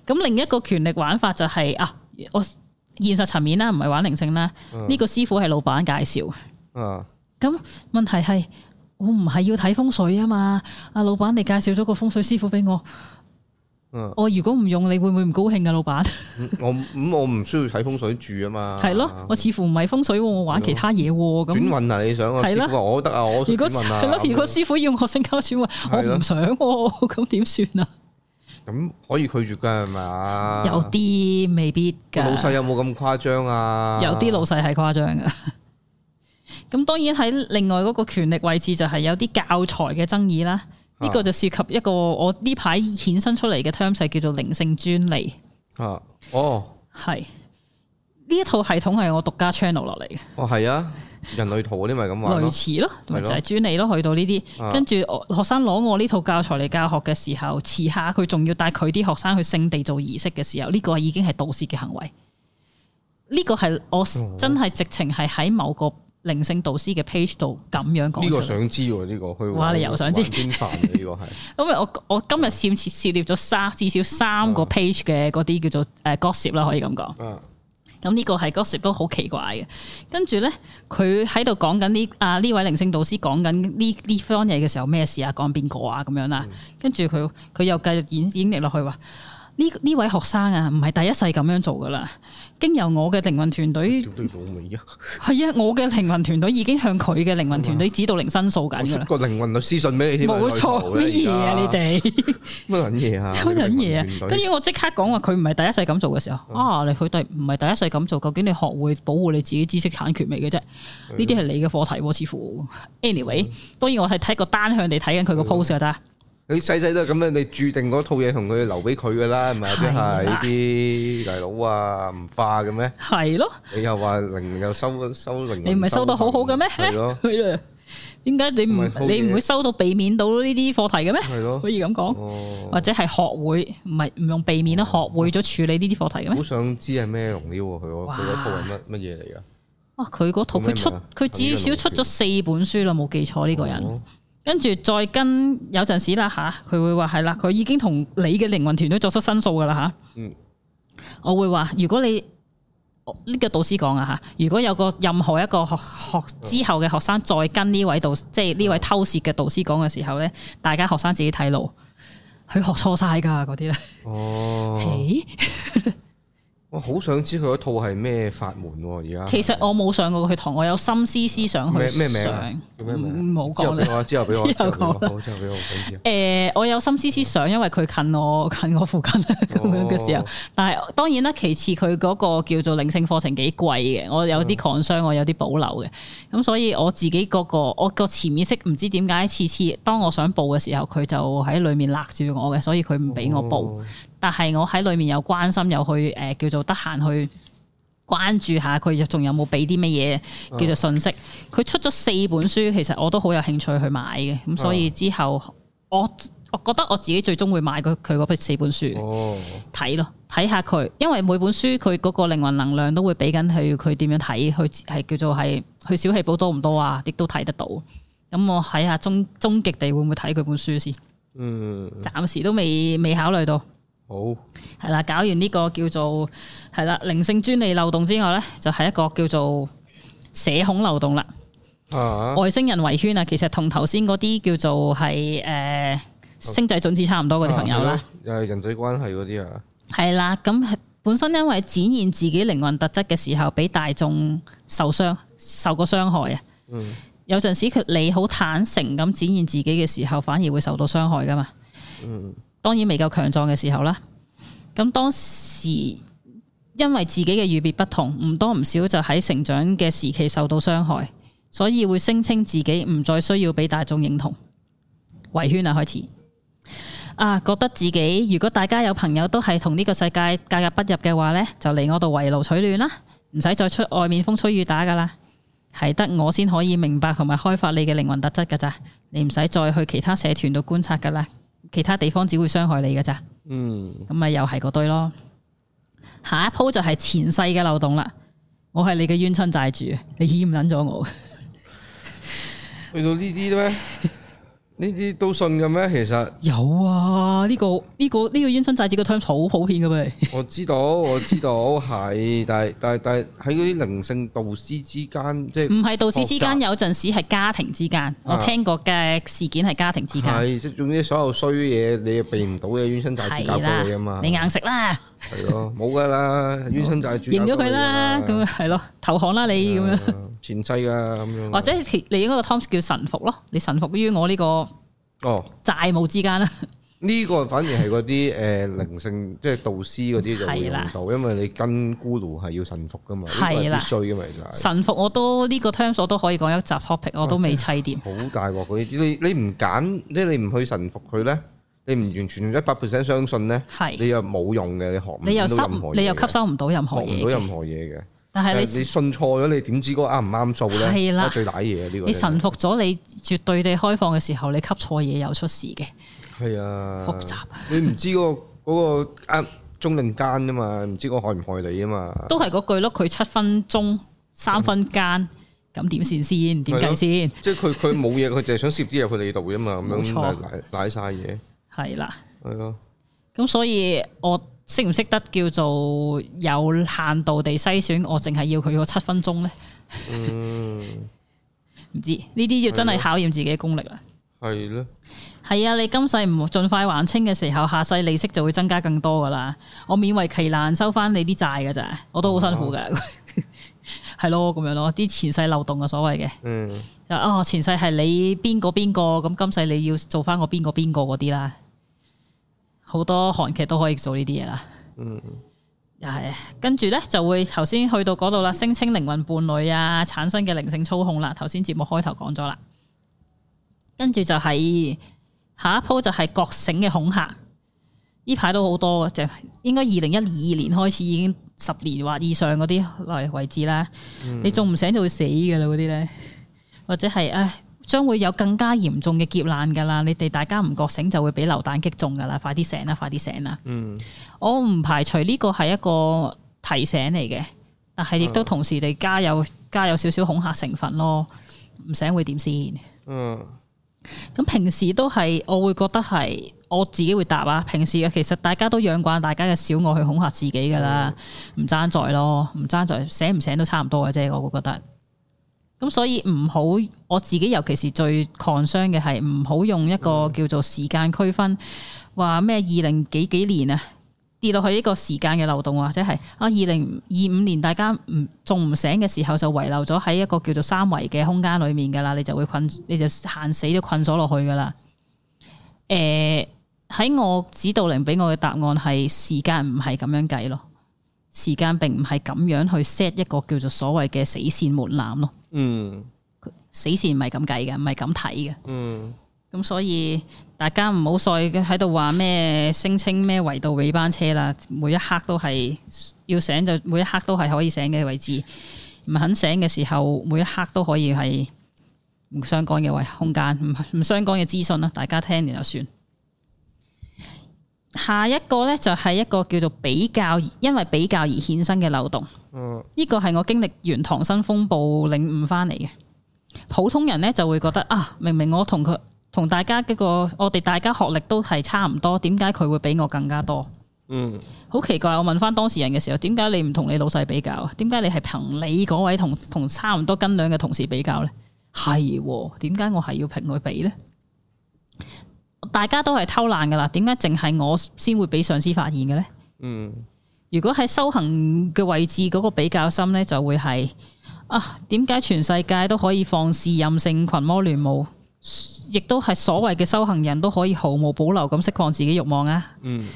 [SPEAKER 2] 咁另一個權力玩法就係啊，我現實層面啦，唔係玩靈性啦。
[SPEAKER 1] 嗯
[SPEAKER 2] 呢個師傅係老闆介紹。
[SPEAKER 1] 啊
[SPEAKER 2] 咁問題係我唔係要睇風水啊嘛，阿老闆你介紹咗個風水師傅俾我，
[SPEAKER 1] 嗯
[SPEAKER 2] 我如果唔用你會唔會唔高興啊？老闆
[SPEAKER 1] 我嗯咁我唔需要睇風水住啊嘛。
[SPEAKER 2] 係咯，我似乎唔係風水喎，我玩其他嘢喎咁
[SPEAKER 1] 轉。運啊！你想啊？
[SPEAKER 2] 係
[SPEAKER 1] 師
[SPEAKER 2] 啦
[SPEAKER 1] 傅話我得啊，我
[SPEAKER 2] 如
[SPEAKER 1] 轉
[SPEAKER 2] 果
[SPEAKER 1] 運啊。
[SPEAKER 2] 係咯，如果
[SPEAKER 1] 咁
[SPEAKER 2] 師傅要我性交轉運，
[SPEAKER 1] 係咯
[SPEAKER 2] 我唔想喎，咁點算啊？
[SPEAKER 1] 咁可以拒絕㗎係啊嘛？
[SPEAKER 2] 有啲未必
[SPEAKER 1] 個
[SPEAKER 2] 㗎，
[SPEAKER 1] 老細有冇咁誇張啊？
[SPEAKER 2] 有啲老細係誇張㗎。 咁當然喺另外嗰個權力位置就係有啲教材嘅爭議啦。呢、個就涉及一個我呢排衍生出嚟嘅 terms 係叫做靈性專利，
[SPEAKER 1] 啊，哦，
[SPEAKER 2] 係呢一套系統係我獨家 channel 落嚟嘅。
[SPEAKER 1] 哦係啊，人類圖嗰啲咪咁玩咯
[SPEAKER 2] 類，似咯，咪
[SPEAKER 1] 係
[SPEAKER 2] 就
[SPEAKER 1] 咯
[SPEAKER 2] 係專利咯。去到呢
[SPEAKER 1] 啊
[SPEAKER 2] 啲，跟住我學生攞我呢套教材嚟教學嘅時候，遲下佢仲要帶佢啲學生去聖地做儀式嘅時候，呢、個已經係盜竊嘅行為。呢、個係我
[SPEAKER 1] 哦
[SPEAKER 2] 真係直情係喺某個靈性導師嘅 page 度咁樣講
[SPEAKER 1] 呢個
[SPEAKER 2] 出嚟。
[SPEAKER 1] 想知喎，呢個佢
[SPEAKER 2] 哇你又想知
[SPEAKER 1] 邊範嘅啊呢個係
[SPEAKER 2] 因為我我今日涉涉涉獵咗三至少三
[SPEAKER 1] 嗯
[SPEAKER 2] 個 page 嘅嗰啲叫做誒 gossip 啦，可以咁講。
[SPEAKER 1] 啊
[SPEAKER 2] 咁呢個係 gossip 都好奇怪嘅。跟住咧，佢喺度講緊呢啊呢位靈性導師講緊呢呢
[SPEAKER 1] 嗯
[SPEAKER 2] 方嘢嘅時候咩事啊？講邊個啊？咁樣啦。跟住佢佢又繼續演演繹落去話。呢呢位學生啊，唔係第一世咁樣做噶啦，經由我嘅靈魂 團隊，
[SPEAKER 1] 點都要講咪啊！
[SPEAKER 2] 係啊，我嘅靈魂團隊已經向佢嘅靈魂團隊指導靈申訴緊噶
[SPEAKER 1] 出
[SPEAKER 2] 啦，
[SPEAKER 1] 個靈魂律師信俾你添啊，
[SPEAKER 2] 冇錯，
[SPEAKER 1] 內部
[SPEAKER 2] 乜
[SPEAKER 1] 咧
[SPEAKER 2] 嘢啊你
[SPEAKER 1] 而家
[SPEAKER 2] 哋？
[SPEAKER 1] 乜撚嘢 啊？
[SPEAKER 2] 乜撚嘢
[SPEAKER 1] 你個靈
[SPEAKER 2] 啊？
[SPEAKER 1] 魂團隊
[SPEAKER 2] 跟住我即刻講話佢唔係第一世咁做嘅時候，啊你佢第唔係第一世咁做，究竟你學會保護你自己知識產權未嘅啫？呢啲係你嘅課題喎，似乎。anyway，當然我係睇個單向地睇緊佢個 post 㗎咋，
[SPEAKER 1] 你細細都係咁樣，你注定嗰套嘢同佢留俾佢噶啦，係咪？即
[SPEAKER 2] 係啊
[SPEAKER 1] 係
[SPEAKER 2] 啦
[SPEAKER 1] 呢啲大佬啊，唔化嘅咩？
[SPEAKER 2] 係咯，
[SPEAKER 1] 你又話零又收收零，
[SPEAKER 2] 你唔係收到好好嘅咩
[SPEAKER 1] 係咯，
[SPEAKER 2] 係啦。點解你唔
[SPEAKER 1] 唔係好嘢
[SPEAKER 2] 你唔會收到避免到呢啲課題嘅咩？
[SPEAKER 1] 係 咯
[SPEAKER 2] 可。以咁講，
[SPEAKER 1] 哦，
[SPEAKER 2] 或者係學會唔係唔用避免啦，學會咗處理呢啲課題嘅
[SPEAKER 1] 好
[SPEAKER 2] 咩？
[SPEAKER 1] 想知係咩龍料喎？佢嗰
[SPEAKER 2] 哇
[SPEAKER 1] 佢嗰套係乜乜嘢嚟㗎？
[SPEAKER 2] 哇！佢嗰套
[SPEAKER 1] 好咩
[SPEAKER 2] 佢出
[SPEAKER 1] 名啊
[SPEAKER 2] 佢至少出咗四本書啦，冇記錯呢個人。
[SPEAKER 1] 哦
[SPEAKER 2] 跟住再跟有陣時啦吓，佢會話係啦，佢已經同你嘅靈魂團隊作出申訴噶啦吓，
[SPEAKER 1] 嗯
[SPEAKER 2] 我會話，如果你我呢、個導師講啊吓，如果有個任何一個學學之後嘅學生再跟呢位導，即係呢
[SPEAKER 1] 啊
[SPEAKER 2] 位偷竊嘅導師講嘅時候咧，大家學生自己睇路，佢學錯晒㗎嗰啲咧。
[SPEAKER 1] 哦，
[SPEAKER 2] 咦
[SPEAKER 1] 我好想知佢嗰套係咩法門喎？而家
[SPEAKER 2] 其實我冇上過佢堂，我有心思思想去
[SPEAKER 1] 咩
[SPEAKER 2] 上。嗯
[SPEAKER 1] 咩名啊叫咩名？
[SPEAKER 2] 唔好
[SPEAKER 1] 之後
[SPEAKER 2] 講啦
[SPEAKER 1] 俾。我，之後俾我，
[SPEAKER 2] 之後
[SPEAKER 1] 之後
[SPEAKER 2] 講
[SPEAKER 1] 俾我，好之後俾我，好之後。
[SPEAKER 2] 誒、我有心思思想，因為佢近我 近我附近啊咁樣嘅時候，
[SPEAKER 1] 哦
[SPEAKER 2] 但係當然啦，其次佢嗰個叫做靈性課程幾貴嘅，我有啲
[SPEAKER 1] 嗯
[SPEAKER 2] concern，我有啲保留嘅，咁所以我自己嗰、個我個潛意識唔知點解次次當我想報嘅時候，佢就喺裡面勒住我嘅，所以佢唔俾我報。
[SPEAKER 1] 哦
[SPEAKER 2] 但係我喺裡面有關心，有去誒、呃叫做得閒去關注下佢，仲有冇俾啲乜嘢叫做信
[SPEAKER 1] 啊
[SPEAKER 2] 息？佢、出咗四本書，其實我都好有興趣去買嘅。咁
[SPEAKER 1] 啊
[SPEAKER 2] 所以之後我我覺得我自己最終會買佢佢嗰四本書
[SPEAKER 1] 哦，
[SPEAKER 2] 睇咯，睇下佢，因為每本書佢嗰個靈魂能量都會俾緊佢佢點樣睇，佢係叫做係佢小氣寶多唔多啊？亦都睇得到。咁我睇下終終極地會唔會睇佢本書先，
[SPEAKER 1] 嗯，
[SPEAKER 2] 暫時都未未考慮到。
[SPEAKER 1] 好。
[SPEAKER 2] 係啦，搞完呢個叫做係啦靈性專利漏洞之外咧，就係、一個叫做社恐漏洞啦。
[SPEAKER 1] 啊，
[SPEAKER 2] 外星人圍圈啊，其實同頭先嗰啲叫做係誒、呃星際種子差唔多嗰啲朋友啦
[SPEAKER 1] 啊，，係咯又係人際關係嗰啲啊，
[SPEAKER 2] 係啦、咁本身因為展現自己靈魂特質嘅時候，俾大眾受傷、受過傷害啊。
[SPEAKER 1] 嗯，
[SPEAKER 2] 有陣時佢你好坦誠咁展現自己嘅時候，反而會受到傷害噶嘛。
[SPEAKER 1] 嗯，
[SPEAKER 2] 當然未夠強壯嘅時候啦。咁當時因為自己嘅與別不同，唔多唔少就喺成長嘅時期受到傷害，所以會聲稱自己唔再需要俾大眾認同。圍圈啊，開始啊，覺得自己如果大家有朋友都係同呢個世界格格不入嘅話呢，就嚟我度圍爐取暖啦，唔使再出外面風吹雨打噶啦。係得我先可以明白同埋開發你嘅靈魂特質噶咋，你唔使再去其他社團度觀察噶啦，其他地方只會傷害你噶咋。
[SPEAKER 1] 嗯，
[SPEAKER 2] 咁咪又係嗰堆咯。下一鋪就係前世嘅漏洞啦。我係你嘅冤親債主，你欠撚咗我。
[SPEAKER 1] 去到呢啲咩？ 呢啲都信嘅咩？其實
[SPEAKER 2] 有啊，呢、個呢、個呢、個冤親債主嘅 terms 好普遍嘅噃。
[SPEAKER 1] 我知道，我知道係，但係但係但係喺嗰啲靈性導師之間，即係
[SPEAKER 2] 唔係導師之間，
[SPEAKER 1] 學習啊
[SPEAKER 2] 有陣時係家庭之間。我聽過嘅事件係家庭之間。
[SPEAKER 1] 係即係總之所有衰嘢，你避唔到嘅冤親債主搞到
[SPEAKER 2] 係啦
[SPEAKER 1] 你啊嘛，，
[SPEAKER 2] 你硬食啦，
[SPEAKER 1] 係咯，冇噶啦，冤親債主
[SPEAKER 2] 認咗佢啦，
[SPEAKER 1] 搞到
[SPEAKER 2] 咁係咯，投降啦你咁樣。
[SPEAKER 1] 你啊前世噶咁樣，
[SPEAKER 2] 或者其你嗰個 Tom 叫臣服咯，你臣服於我呢個
[SPEAKER 1] 哦。
[SPEAKER 2] 債務之間啦。
[SPEAKER 1] 呢個反而係嗰啲誒靈性，即係導師嗰啲就會
[SPEAKER 2] 係啦
[SPEAKER 1] 用到，因為你跟 guru 係要臣服噶嘛，呢個係
[SPEAKER 2] 係啦
[SPEAKER 1] 必須噶嘛，其實係啊
[SPEAKER 2] 臣服我都呢、個 terms 我都可以講一集 topic，我都未砌掂。
[SPEAKER 1] 好大鑊嗰啲。你你唔揀，即係你唔去臣服佢咧，你唔完全一百 percent 相信咧，
[SPEAKER 2] 係
[SPEAKER 1] 你又冇用嘅，你學唔
[SPEAKER 2] 你又
[SPEAKER 1] 到
[SPEAKER 2] 收
[SPEAKER 1] 任何嘢，
[SPEAKER 2] 你又吸收唔到任何
[SPEAKER 1] 學
[SPEAKER 2] 嘢
[SPEAKER 1] 唔到任
[SPEAKER 2] 嘅，
[SPEAKER 1] 何嘢嘅。
[SPEAKER 2] 但
[SPEAKER 1] 但係
[SPEAKER 2] 係
[SPEAKER 1] 你
[SPEAKER 2] 你
[SPEAKER 1] 信錯咗，你點知嗰個啱唔啱數咧？
[SPEAKER 2] 係啦
[SPEAKER 1] 啊最大嘢呢個真
[SPEAKER 2] 你
[SPEAKER 1] 係
[SPEAKER 2] 臣服咗，你絕對地開放嘅時候，你吸錯嘢又出事嘅，
[SPEAKER 1] 係啊，
[SPEAKER 2] 複雜
[SPEAKER 1] 你唔知嗰個嗰個啱中定奸啊嘛，唔知嗰個害唔害你啊嘛。
[SPEAKER 2] 都係嗰句咯。佢七分鐘三分間，咁點算先？點計先？
[SPEAKER 1] 即係佢佢冇嘢，佢就係想攝啲入佢哋度啫嘛，咁
[SPEAKER 2] 冇
[SPEAKER 1] 樣
[SPEAKER 2] 錯
[SPEAKER 1] 賴賴晒嘢，
[SPEAKER 2] 係啦，
[SPEAKER 1] 係咯，
[SPEAKER 2] 咁所以我識唔識得叫做有限度地篩選？我淨係要佢嗰七分鐘呢？
[SPEAKER 1] 嗯，
[SPEAKER 2] 唔知呢啲要真係考驗自己嘅功力啦。啊
[SPEAKER 1] 係咯，
[SPEAKER 2] 係啊，你今世唔盡快還清嘅時候，下世利息就會增加更多噶啦。我勉為其難收翻你啲債㗎咋，我都好辛苦㗎。 係咯，咁樣咯，啲前世漏洞啊，所謂嘅
[SPEAKER 1] 嗯，
[SPEAKER 2] 就哦，前世係你邊個邊個，咁今世你要做翻個邊個邊個嗰啲啦。好多韓劇都可以做呢啲嘢啦。
[SPEAKER 1] 嗯，
[SPEAKER 2] 又係，跟住咧就會頭先去到嗰度啦，聲稱靈魂伴侶啊，產生嘅靈性操控啦，頭先節目開頭講咗啦。跟住就係、下一鋪就係覺醒嘅恐嚇，呢排都好多嘅，就應該二零一二年開始已經十年或以上嗰啲嚟為止啦。你仲唔醒就會死㗎啦，嗰啲咧，或者係唉，將會有更加嚴重嘅劫難㗎啦。你哋大家唔覺醒就會俾流彈擊中㗎啦，快啲醒啦，快啲醒啦！
[SPEAKER 1] 嗯，
[SPEAKER 2] 我唔排除呢個係一個提醒嚟嘅，但係亦都同時地加有加有少少恐嚇成分咯。唔醒會點先？
[SPEAKER 1] 嗯，
[SPEAKER 2] 咁平時都係我會覺得係我自己會答啊。平時嘅其實大家都養慣大家嘅小我去恐嚇自己噶啦，唔爭在咯，唔爭在醒唔醒都差唔多嘅啫。我會覺得。咁所以唔好，我自己尤其是最 concern 嘅係唔好用一個叫做時間區分，話咩二零幾幾年啊，跌落去呢個時間嘅漏洞啊，或者係啊二零二五年大家唔仲唔醒嘅時候就遺留咗喺一個叫做三維嘅空間裡面㗎啦，你就會困，你就限死咗困咗落去㗎啦。誒、喺我指導靈俾我嘅答案係時間唔係咁樣計咯，時間並唔係咁樣去 set 一個叫做所謂嘅死線門檻咯。
[SPEAKER 1] 嗯，
[SPEAKER 2] 死線唔係咁計嘅，唔係咁睇嘅。
[SPEAKER 1] 嗯，
[SPEAKER 2] 咁所以大家唔好再喺度話咩聲稱咩維到尾班車啦，每一刻都係要醒就每一刻都係可以醒嘅位置，唔肯醒嘅時候，每一刻都可以係唔相干嘅位空間，唔唔相干嘅資訊啦，大家聽完就算。下一個呢，就係一個叫做比較，因為比較而衍生嘅漏洞。
[SPEAKER 1] 嗯，
[SPEAKER 2] 呢個係我經歷完溏心風暴領悟翻嚟嘅。普通人呢就會覺得啊，明明我同佢同大家嗰個，我哋大家學歷都係差唔多，點解佢會比我更加多？
[SPEAKER 1] 嗯，
[SPEAKER 2] 好奇怪！我問翻當事人嘅時候，點解你唔同你老細比較啊？點解你係憑你嗰位同同差唔多斤兩嘅同事比較呢？係喎，點解我係要憑佢比呢？大家都係偷懶噶啦，點解淨係我先會俾上司發現嘅呢？
[SPEAKER 1] 嗯，
[SPEAKER 2] 如果喺修行嘅位置嗰個比較深呢，就會係啊，點解全世界都可以放肆任性群魔亂舞，亦都係所謂嘅修行人都可以毫無保留咁釋放自己欲望啊？
[SPEAKER 1] 嗯，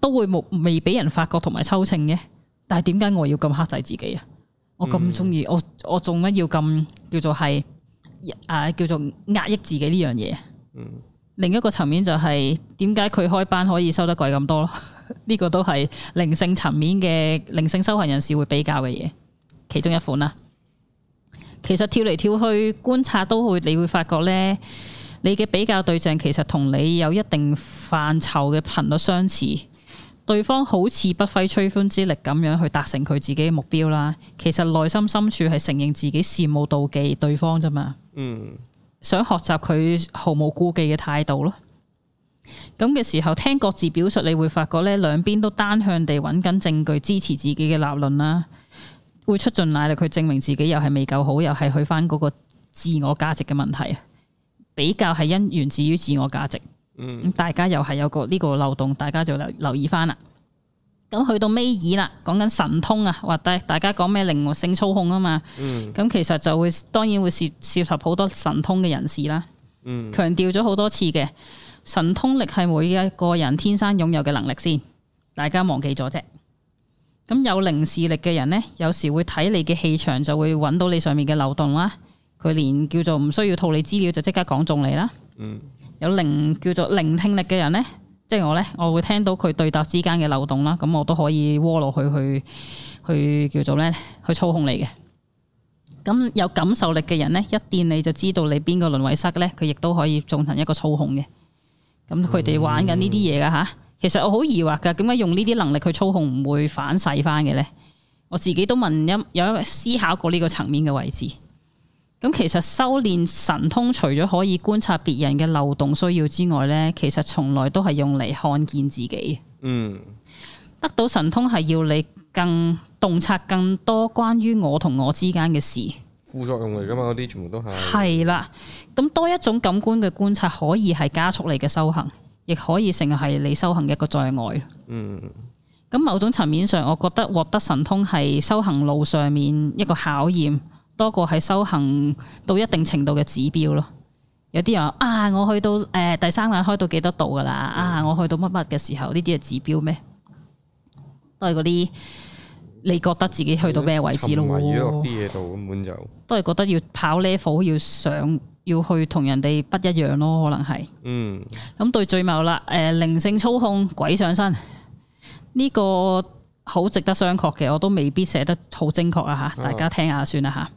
[SPEAKER 2] 都會冇未俾人發覺同埋抽秤嘅。但係點解我要咁克制自己啊？我咁中意我我做乜要咁叫做係啊叫做壓抑自己呢樣嘢？
[SPEAKER 1] 嗯，
[SPEAKER 2] 另一個層面就係點解佢開班可以收得貴咁多咯？ 呢個都係靈性層面嘅靈性修行人士會比較嘅嘢，其中一款啦。其實跳嚟跳去觀察都會，你會發覺呢，你嘅比較對象其實同你有一定範疇嘅頻率相似，對方好似不費吹灰之力咁樣去達成佢自己嘅目標啦。其實內心深處係承認自己羨慕妒忌對方啫嘛。
[SPEAKER 1] 嗯，
[SPEAKER 2] 想學習佢毫無顧忌嘅態度咯。咁嘅時候，聽各自表述，你會發覺咧，兩邊都單向地揾緊證據支持自己嘅立論啦，會出盡奶力去證明自己又係未夠好，又係去翻嗰個自我價值嘅問題啊。比較係因源自於自我價值，
[SPEAKER 1] 嗯，
[SPEAKER 2] 咁大家又係有個呢個漏洞，大家就留留意翻啦。咁去到尾二啦，講緊神通啊，或者大家講咩靈活性操控啊嘛，
[SPEAKER 1] 嗯，
[SPEAKER 2] 咁其實就會當然會涉涉及好多神通嘅人士啦。
[SPEAKER 1] 嗯，
[SPEAKER 2] 強調咗好多次嘅神通力係每一個人天生擁有嘅能力先，大家忘記咗啫。咁有靈視力嘅人呢，有時會睇你嘅氣場就會揾到你上面嘅漏洞啦。佢連叫做唔需要套你資料就即刻講中你啦。
[SPEAKER 1] 嗯，
[SPEAKER 2] 有聆叫做聆聽力嘅人呢，即係我呢，我會聽到佢對答之間嘅漏洞啦，咁我都可以窩落去去去叫做呢，去操控你嘅。咁有感受力嘅人呢，一掂你就知道你邊個輪位塞呢，佢亦都可以造成一個操控嘅。咁佢哋玩緊呢啲嘢噶吓，其實我好疑惑噶，點解用呢啲能力去操控唔會反噬翻嘅呢？我自己都問一有思考過呢個層面嘅位置。咁其實修練神通，除咗可以觀察別人嘅漏洞需要之外呢，其實從來都係用嚟看見自己。
[SPEAKER 1] 嗯，
[SPEAKER 2] 得到神通係要你更洞察更多關於我同我之間嘅事，
[SPEAKER 1] 副作用嚟噶嘛，嗰啲全部都係。
[SPEAKER 2] 係啦，咁多一種感官嘅觀察可以係加速你嘅修行，亦可以成係你修行嘅一個障礙。
[SPEAKER 1] 嗯，
[SPEAKER 2] 咁某種層面上，我覺得獲得神通係修行路上面一個考驗，多過係修行到一定程度嘅指標咯。有啲人話啊，我去到誒、呃第三眼開到幾多度噶啦，啊，我去到乜乜嘅時候，呢啲係指標咩？都係嗰啲你覺得自己去到咩位置
[SPEAKER 1] 沉
[SPEAKER 2] 咯
[SPEAKER 1] 迷啊咗落啲嘢度，根本就
[SPEAKER 2] 都係覺得要跑 level 要上，要去同人哋不一樣咯，可能係。
[SPEAKER 1] 嗯
[SPEAKER 2] 咁對最謀啦，誒、靈性操控鬼上身，呢、個好值得商榷嘅，我都未必寫得好精確啊
[SPEAKER 1] 啊
[SPEAKER 2] 嚇，大家聽下算啦嚇。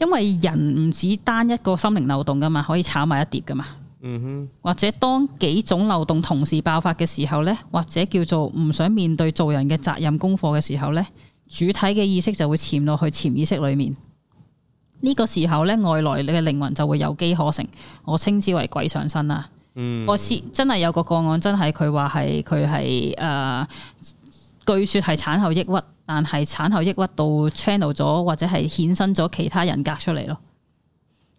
[SPEAKER 2] 因為人唔止單一個心靈漏洞噶嘛，可以炒埋一碟噶嘛，
[SPEAKER 1] 嗯哼。
[SPEAKER 2] 或者當幾種漏洞同時爆發嘅時候呢，或者叫做唔想面對做人嘅責任功課嘅時候呢，主體嘅意識就會潛落去潛意識裡面。呢、個時候呢，外來嘅靈魂就會有機可乘，我稱之為鬼上身啦。
[SPEAKER 1] 嗯，
[SPEAKER 2] 我試真係有個個案，真係佢話係佢係誒，據說係產後抑鬱，但係產後抑鬱到呃 channel 咗或者係衍生咗其他人格出嚟咯。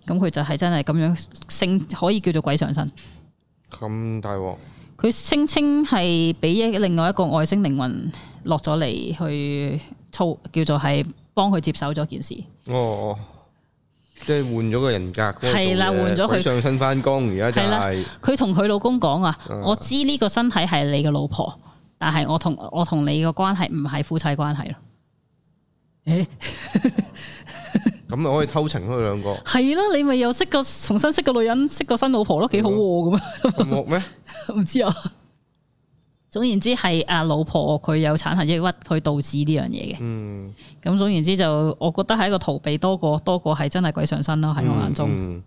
[SPEAKER 2] 咁佢就係真係咁樣升，可以叫做鬼上身。
[SPEAKER 1] 咁大鑊，
[SPEAKER 2] 佢聲稱係俾一另外一個外星靈魂落咗嚟去操，叫做係幫佢接手咗件事。
[SPEAKER 1] 哦哦，即係換咗個人格，
[SPEAKER 2] 係啦換咗佢
[SPEAKER 1] 佢上身翻工，而家就
[SPEAKER 2] 係啦
[SPEAKER 1] 係
[SPEAKER 2] 佢同佢老公講啊
[SPEAKER 1] 嗯，
[SPEAKER 2] 我知呢個身體係你嘅老婆，但係我同我同你嘅關係唔係夫妻關係咯。誒，
[SPEAKER 1] 咁咪可以偷情咯，佢兩 個
[SPEAKER 2] 係啦，你咪又識個重新識個女人，識個新老婆咯，幾好喎咁啊！
[SPEAKER 1] 咁惡咩？
[SPEAKER 2] 唔知啊。總言之係啊，老婆佢有產後抑鬱，佢導致呢樣嘢嘅。
[SPEAKER 1] 嗯，
[SPEAKER 2] 咁總言之就，我覺得係一個逃避多過多過係真係鬼上身咯，喺我眼中。
[SPEAKER 1] 嗯，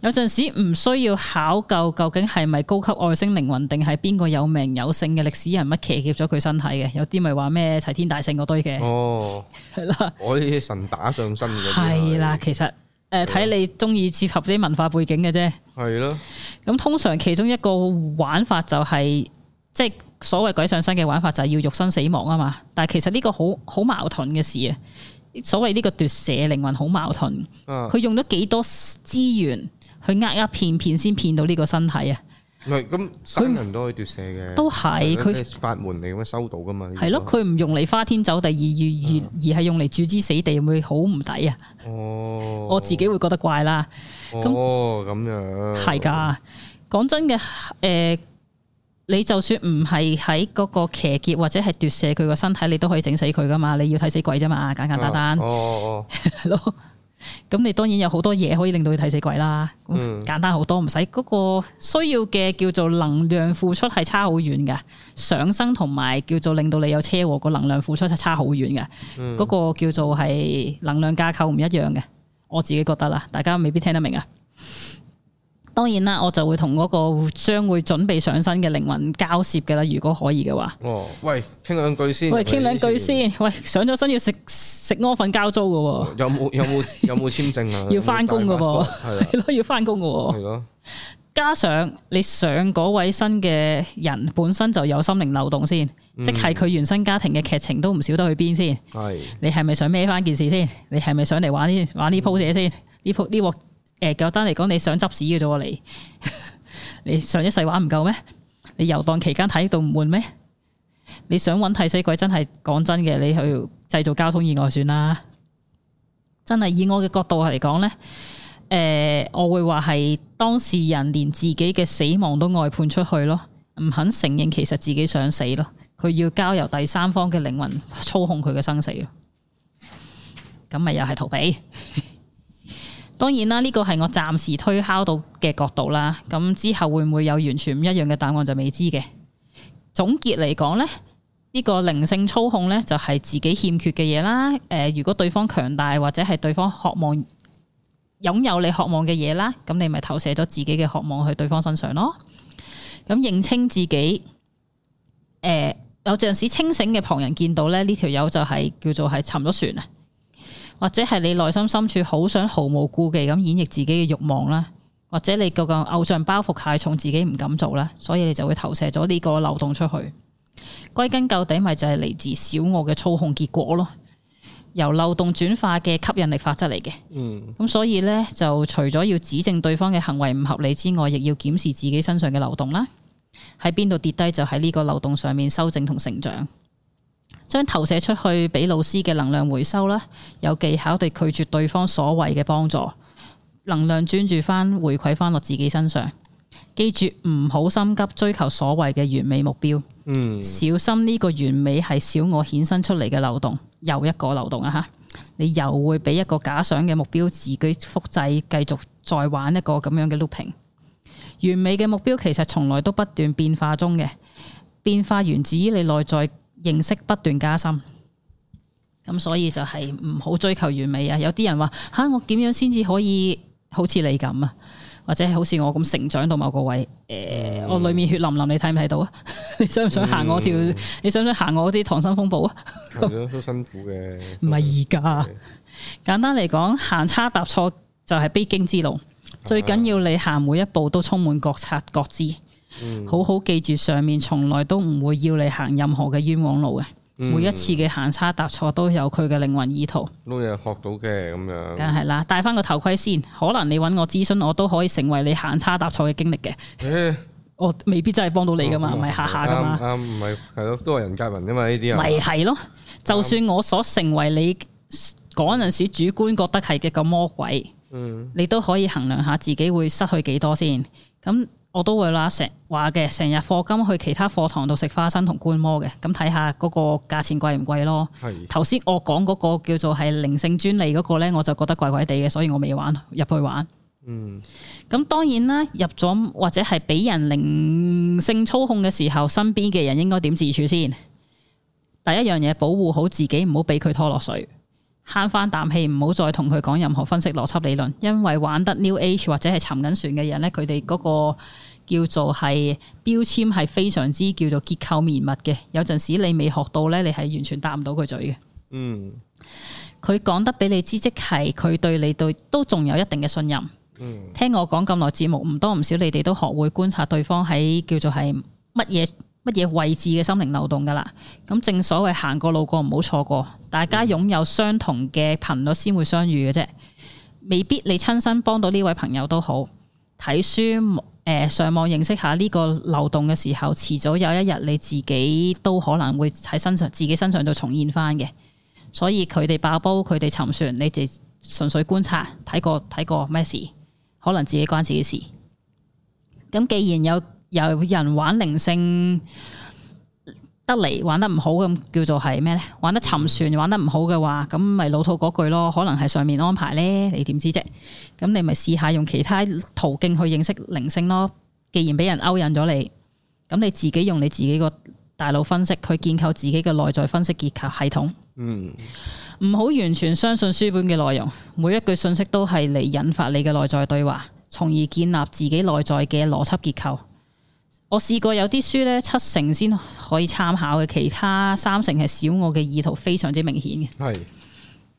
[SPEAKER 2] 有陣時唔需要考究究竟係咪高級外星靈魂，定係邊個有名有姓嘅歷史人物騎劫咗佢身體嘅？有啲咪話咩齊天大聖嗰堆
[SPEAKER 1] 嗯
[SPEAKER 2] 嘅，
[SPEAKER 1] 哦，
[SPEAKER 2] 係啦，
[SPEAKER 1] 我啲啊神打上身嘅，
[SPEAKER 2] 係啦，，其實诶
[SPEAKER 1] 啊
[SPEAKER 2] 睇你中意切合啲文化背景嘅啫。
[SPEAKER 1] 係咯，
[SPEAKER 2] 咁通常其中一個玩法就係即係所謂鬼上身嘅玩法就係要肉身死亡啊嘛。但係其實呢個好好矛盾嘅事啊。所謂呢個奪舍靈魂好矛盾。
[SPEAKER 1] 啊，
[SPEAKER 2] 佢用咗幾多資源去呃呃騙騙先騙到呢個身體啊？
[SPEAKER 1] 唔係咁生人都可以奪舍嘅，
[SPEAKER 2] 都係佢
[SPEAKER 1] 佢法門嚟咁樣收到噶嘛，呢個
[SPEAKER 2] 係咯，佢唔用嚟花天酒地，而
[SPEAKER 1] 嗯
[SPEAKER 2] 而而而係用嚟置之死地，會好唔抵啊！
[SPEAKER 1] 哦，
[SPEAKER 2] 我自己會覺得怪啦，咁
[SPEAKER 1] 哦咁樣
[SPEAKER 2] 係，
[SPEAKER 1] 嗯
[SPEAKER 2] 㗎。講真嘅，诶、你就算唔係喺嗰個騎劫或者係奪舍佢個身體，你都可以整死佢㗎嘛。你要睇死鬼啫嘛，簡簡單
[SPEAKER 1] 啊
[SPEAKER 2] 單
[SPEAKER 1] 哦哦，
[SPEAKER 2] 係咯。咁你當然有好多嘢可以令到佢睇死鬼啦，咁
[SPEAKER 1] 嗯
[SPEAKER 2] 簡單好多，唔使嗰個需要嘅叫做能量付出係差好遠㗎。上升同埋叫做令到你有車禍個能量付出係差好遠㗎。
[SPEAKER 1] 嗯
[SPEAKER 2] 嗰個叫做係能量架構唔一樣嘅，我自己覺得啦，大家未必聽得明啊。當然啦，我就會同嗰個將會準備上身嘅靈魂交涉嘅啦，如果可以嘅話。
[SPEAKER 1] 哦，喂，傾兩句先，
[SPEAKER 2] 喂，傾兩句
[SPEAKER 1] 以前
[SPEAKER 2] 先。喂，上咗身要食食安份交租嘅
[SPEAKER 1] 有冇有冇有冇簽證啊？
[SPEAKER 2] 要返工㗎喎
[SPEAKER 1] 係
[SPEAKER 2] 喎，
[SPEAKER 1] 啊，
[SPEAKER 2] 係咯，要翻工嘅喎。
[SPEAKER 1] 係咯，
[SPEAKER 2] 加上你上嗰位新嘅人本身就有心靈漏洞先，即係佢原生家庭嘅劇情都唔少得去邊先。
[SPEAKER 1] 係
[SPEAKER 2] 你係咪想孭翻件事先？你係咪想嚟玩呢玩呢鋪嘢先？呢鋪呢鑊誒簡單嚟講，你想執屎嘅啫喎你。 你上一世玩唔夠咩？你遊蕩期間睇到唔悶咩？你想揾替死鬼真係講真嘅，你去製造交通意外算啦。真係以我嘅角度嚟講呢，誒、我會話係當事人連自己嘅死亡都外判出去咯，唔肯承認其實自己想死咯，佢要交由第三方嘅靈魂操控佢嘅生死咯。咁咪又係逃避。 當然啦，呢個係我暫時推敲到嘅角度啦。咁之後會唔會有完全唔一樣嘅答案就未知嘅。總結嚟講呢，呢、個靈性操控呢，就係自己欠缺嘅嘢啦。誒、如果對方強大或者係對方渴望擁有你渴望嘅嘢啦，咁你咪投射咗自己嘅渴望去對方身上咯。咁認清自己，誒、有陣時清醒嘅旁人見到咧，呢條友就係叫做係沉咗船啊！或者係你內心深處好想毫無顧忌咁演繹自己嘅慾望啦，或者你個個偶像包袱太重，自己唔敢做啦，所以你就會投射咗呢個漏洞出去。歸根究底，咪就係嚟自小我嘅操控結果咯。由漏洞轉化嘅吸引力法則嚟嘅。
[SPEAKER 1] 嗯
[SPEAKER 2] 咁所以咧，就除咗要指正對方嘅行為唔合理之外，亦要檢視自己身上嘅漏洞啦。喺邊度跌低，就喺呢個漏洞上面修正同成長，將投射出去俾老師嘅能量回收啦。有技巧地拒絕對方所謂嘅幫助，能量專注翻回饋翻落自己身上。記住唔好心急追求所謂嘅完美目標。
[SPEAKER 1] 嗯，
[SPEAKER 2] 小心呢個完美係小我衍生出嚟嘅漏洞，又一個漏洞啊！吓，你又會俾一個假想嘅目標自己複製，繼續再玩一個咁樣嘅 looping。完美嘅目標其實從來都不斷變化中嘅，變化源自於你內在認識不斷加深。咁所以就係唔好追求完美啊！有啲人話吓、我點樣先至可以好似你咁啊？或者係好似我咁成長到某個位，诶、我里面血淋淋，你睇唔睇到啊？ 你想唔想行我條？
[SPEAKER 1] 嗯
[SPEAKER 2] 你想唔想行我啲溏心風暴啊？
[SPEAKER 1] 係咯，都辛苦嘅。
[SPEAKER 2] 唔係而家
[SPEAKER 1] 係，
[SPEAKER 2] 簡單嚟講，行差踏錯就係必經之
[SPEAKER 1] 啊
[SPEAKER 2] 路。最緊要你行每一步都充滿覺察覺知，
[SPEAKER 1] 嗯
[SPEAKER 2] 好好記住上面從來都唔會要你行任何嘅冤枉路嘅。
[SPEAKER 1] 嗯
[SPEAKER 2] 每一次嘅行差踏錯都有佢嘅靈魂意圖，
[SPEAKER 1] 都有學到嘅咁樣。
[SPEAKER 2] 梗係啦。戴翻個頭盔先，可能你揾我諮詢，我都可以成為你行差踏錯嘅經歷嘅。
[SPEAKER 1] 誒
[SPEAKER 2] 我未必真係幫到你噶嘛，唔係下下噶嘛
[SPEAKER 1] 哦啱。啱唔係係咯，都係人夾人噶嘛呢啲
[SPEAKER 2] 咪
[SPEAKER 1] 啊。
[SPEAKER 2] 係咯，就算我所成為你嗰陣時主觀覺得係嘅個魔鬼，
[SPEAKER 1] 嗯
[SPEAKER 2] 你都可以衡量下自己會失去幾多先。咁我都會啦，成話嘅成日課金去其他課堂度食花生同觀摩嘅，咁睇下嗰個價錢貴唔貴咯。
[SPEAKER 1] 係
[SPEAKER 2] 頭先我講嗰個叫做係靈性專利嗰個咧，我就覺得怪怪地嘅，所以我未玩入去玩。
[SPEAKER 1] 嗯
[SPEAKER 2] 咁當然啦，入咗或者係俾人靈性操控嘅時候，身邊嘅人應該點自處先？第一樣嘢，保護好自己，唔好俾佢拖落水，慳翻啖氣，唔好再同佢講任何分析邏輯理論，因為玩得 New Age 或者係沉緊船嘅人咧，佢哋嗰個叫做係標籤係非常之叫做結構綿密嘅，有陣時你未學到咧，你係完全答唔到佢嘴嘅。
[SPEAKER 1] 嗯
[SPEAKER 2] 佢講得俾你知，即係佢對你對都仲有一定嘅信任。
[SPEAKER 1] 嗯
[SPEAKER 2] 聽我講咁耐節目，唔多唔少，你哋都學會觀察對方喺叫做係乜嘢乜嘢位置嘅心靈漏洞噶啦。咁正所謂行過路過唔好錯過，大家擁有相同嘅頻率先會相遇嘅啫。未必你親身幫到呢位朋友都好，睇書誒、呃上網認識下呢個漏洞嘅時候，遲早有一日你自己都可能會喺身上自己身上度重現翻嘅。所以佢哋爆煲，佢哋沉船，你哋純粹觀察睇過睇過咩事。可能自己關自己事。咁既然有有人玩靈性得嚟玩得唔好咁，叫做係咩咧？玩得沉船，玩得唔好嘅話，咁咪老套嗰句咯。可能係上面安排咧，你點知啫？咁你咪試下用其他途徑去認識靈性咯。既然俾人勾引咗你，咁你自己用你自己個大腦分析，去建構自己嘅內在分析結構系統。
[SPEAKER 1] 嗯
[SPEAKER 2] 唔好完全相信書本嘅內容，每一句信息都係嚟引發你嘅內在對話，從而建立自己內在嘅邏輯結構。我試過有啲書呢，七成先可以參考嘅，其他三成係小我嘅意圖非常之明顯嘅。
[SPEAKER 1] 係，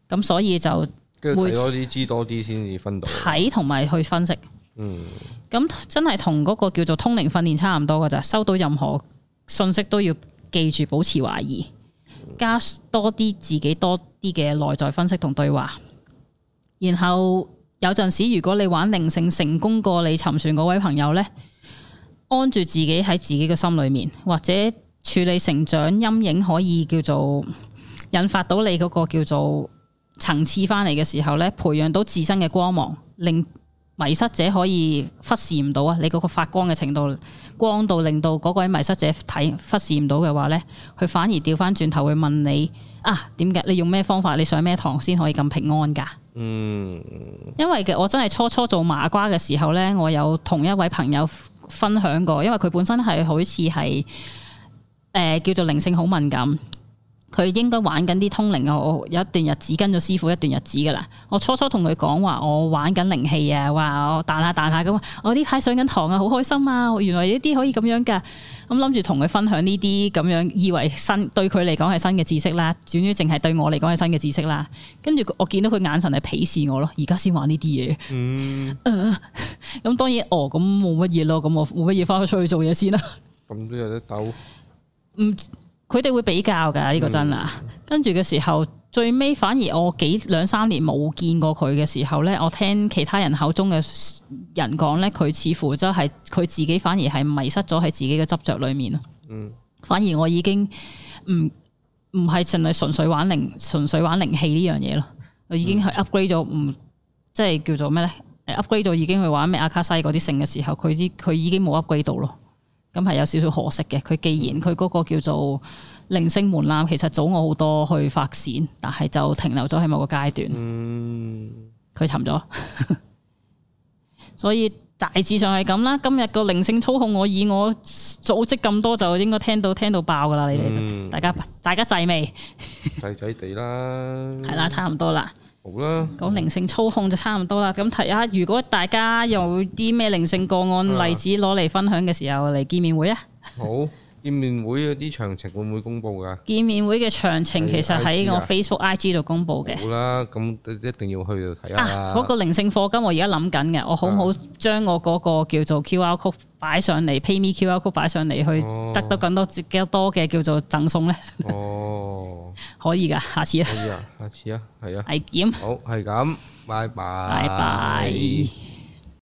[SPEAKER 2] 咁所以就
[SPEAKER 1] 跟住睇
[SPEAKER 2] 每次
[SPEAKER 1] 多啲知多啲先至分到。
[SPEAKER 2] 睇同埋去分析。
[SPEAKER 1] 嗯
[SPEAKER 2] 咁真係同嗰個叫做通靈訓練差唔多噶咋，收到任何信息都要記住保持懷疑，加多啲自己多啲嘅內在分析同對話。然後有陣時，如果你玩靈性成功過你沉船嗰位朋友呢，安住自己喺自己嘅心裏面，或者處理成長陰影，可以叫做引發到你嗰個叫做層次翻嚟嘅時候呢，培養到自身嘅光芒，令迷失者可以忽視唔到啊！你嗰個發光嘅程度，光度令到嗰位迷失者睇忽視唔到嘅話呢，佢反而掉翻轉頭會問你啊，點解你用咩方法？你上咩堂先可以咁平安㗎？
[SPEAKER 1] 嗯
[SPEAKER 2] 因為嘅我真係初初做麻瓜嘅時候呢，我有同一位朋友分享過，因為佢本身係好似係誒叫做靈性好敏感，佢應該玩緊啲通靈啊！我有一段日子跟咗師傅一段日子噶啦，我初初同佢講話我玩緊靈氣啊，話我彈下彈下咁，我呢排上緊堂啊，好開心啊！原來呢啲可以咁樣㗎，咁諗住同佢分享呢啲咁樣，以為新對佢嚟講係新嘅知識啦，轉於淨係對我嚟講係新嘅知識啦。跟住我見到佢眼神係鄙視我咯，而家先玩呢啲嘢。
[SPEAKER 1] 嗯，
[SPEAKER 2] 咁當然，哦，咁冇乜嘢咯，咁我冇乜嘢，翻出去做嘢先啦。
[SPEAKER 1] 咁都有得鬥。
[SPEAKER 2] 佢哋會比較㗎，呢、個真啊。跟住嘅時候，最尾反而我幾兩三年冇見過佢嘅時候咧，我聽其他人口中嘅人講咧，佢似乎真係佢自己反而係迷失咗喺自己嘅執着裏面咯。
[SPEAKER 1] 嗯，
[SPEAKER 2] 反而我已經唔唔係淨係純粹玩靈純粹玩靈氣呢樣嘢咯，我已經係 upgrade 咗，唔即係叫做咩咧誒？upgrade 咗已經去玩咩阿卡西嗰啲性嘅時候，佢啲佢已經冇 upgrade 到咯。咁係有少少可惜嘅。佢既然佢嗰個叫做靈性門檻，其實早我好多去發展，但係就停留咗喺某個階段。
[SPEAKER 1] 嗯，
[SPEAKER 2] 佢沉咗， 所以大致上係咁啦。今日個靈性操控，我以我組織咁多，就應該聽到聽到爆噶啦。你哋、
[SPEAKER 1] 嗯
[SPEAKER 2] 大家大家制未？
[SPEAKER 1] 仔仔地啦，
[SPEAKER 2] 係啦，差唔多啦。
[SPEAKER 1] 好啦，
[SPEAKER 2] 講靈性操控就差唔多啦。咁睇下，如果大家有啲咩靈性個案
[SPEAKER 1] 啊
[SPEAKER 2] 例子攞嚟分享嘅時候，嚟見面會啊！
[SPEAKER 1] 好見面會嗰啲詳情會唔會公佈㗎？
[SPEAKER 2] 見面會嘅詳情其實喺我 Facebook IG 度公 布嘅。
[SPEAKER 1] 好啦，咁一定要去度睇下
[SPEAKER 2] 啊！
[SPEAKER 1] 啦。
[SPEAKER 2] 嗰、個靈性課金我而家諗緊嘅，我好唔好將我嗰個叫做 QR code 擺上嚟，PayMe QR code 擺上嚟，去
[SPEAKER 1] 哦
[SPEAKER 2] 得到更多自己多嘅叫做贈送咧？
[SPEAKER 1] 哦，
[SPEAKER 2] 可以噶，下次啦，
[SPEAKER 1] 可以啊，下次啊，係啊，
[SPEAKER 2] 危檢，
[SPEAKER 1] 好係咁，拜拜，
[SPEAKER 2] 拜拜。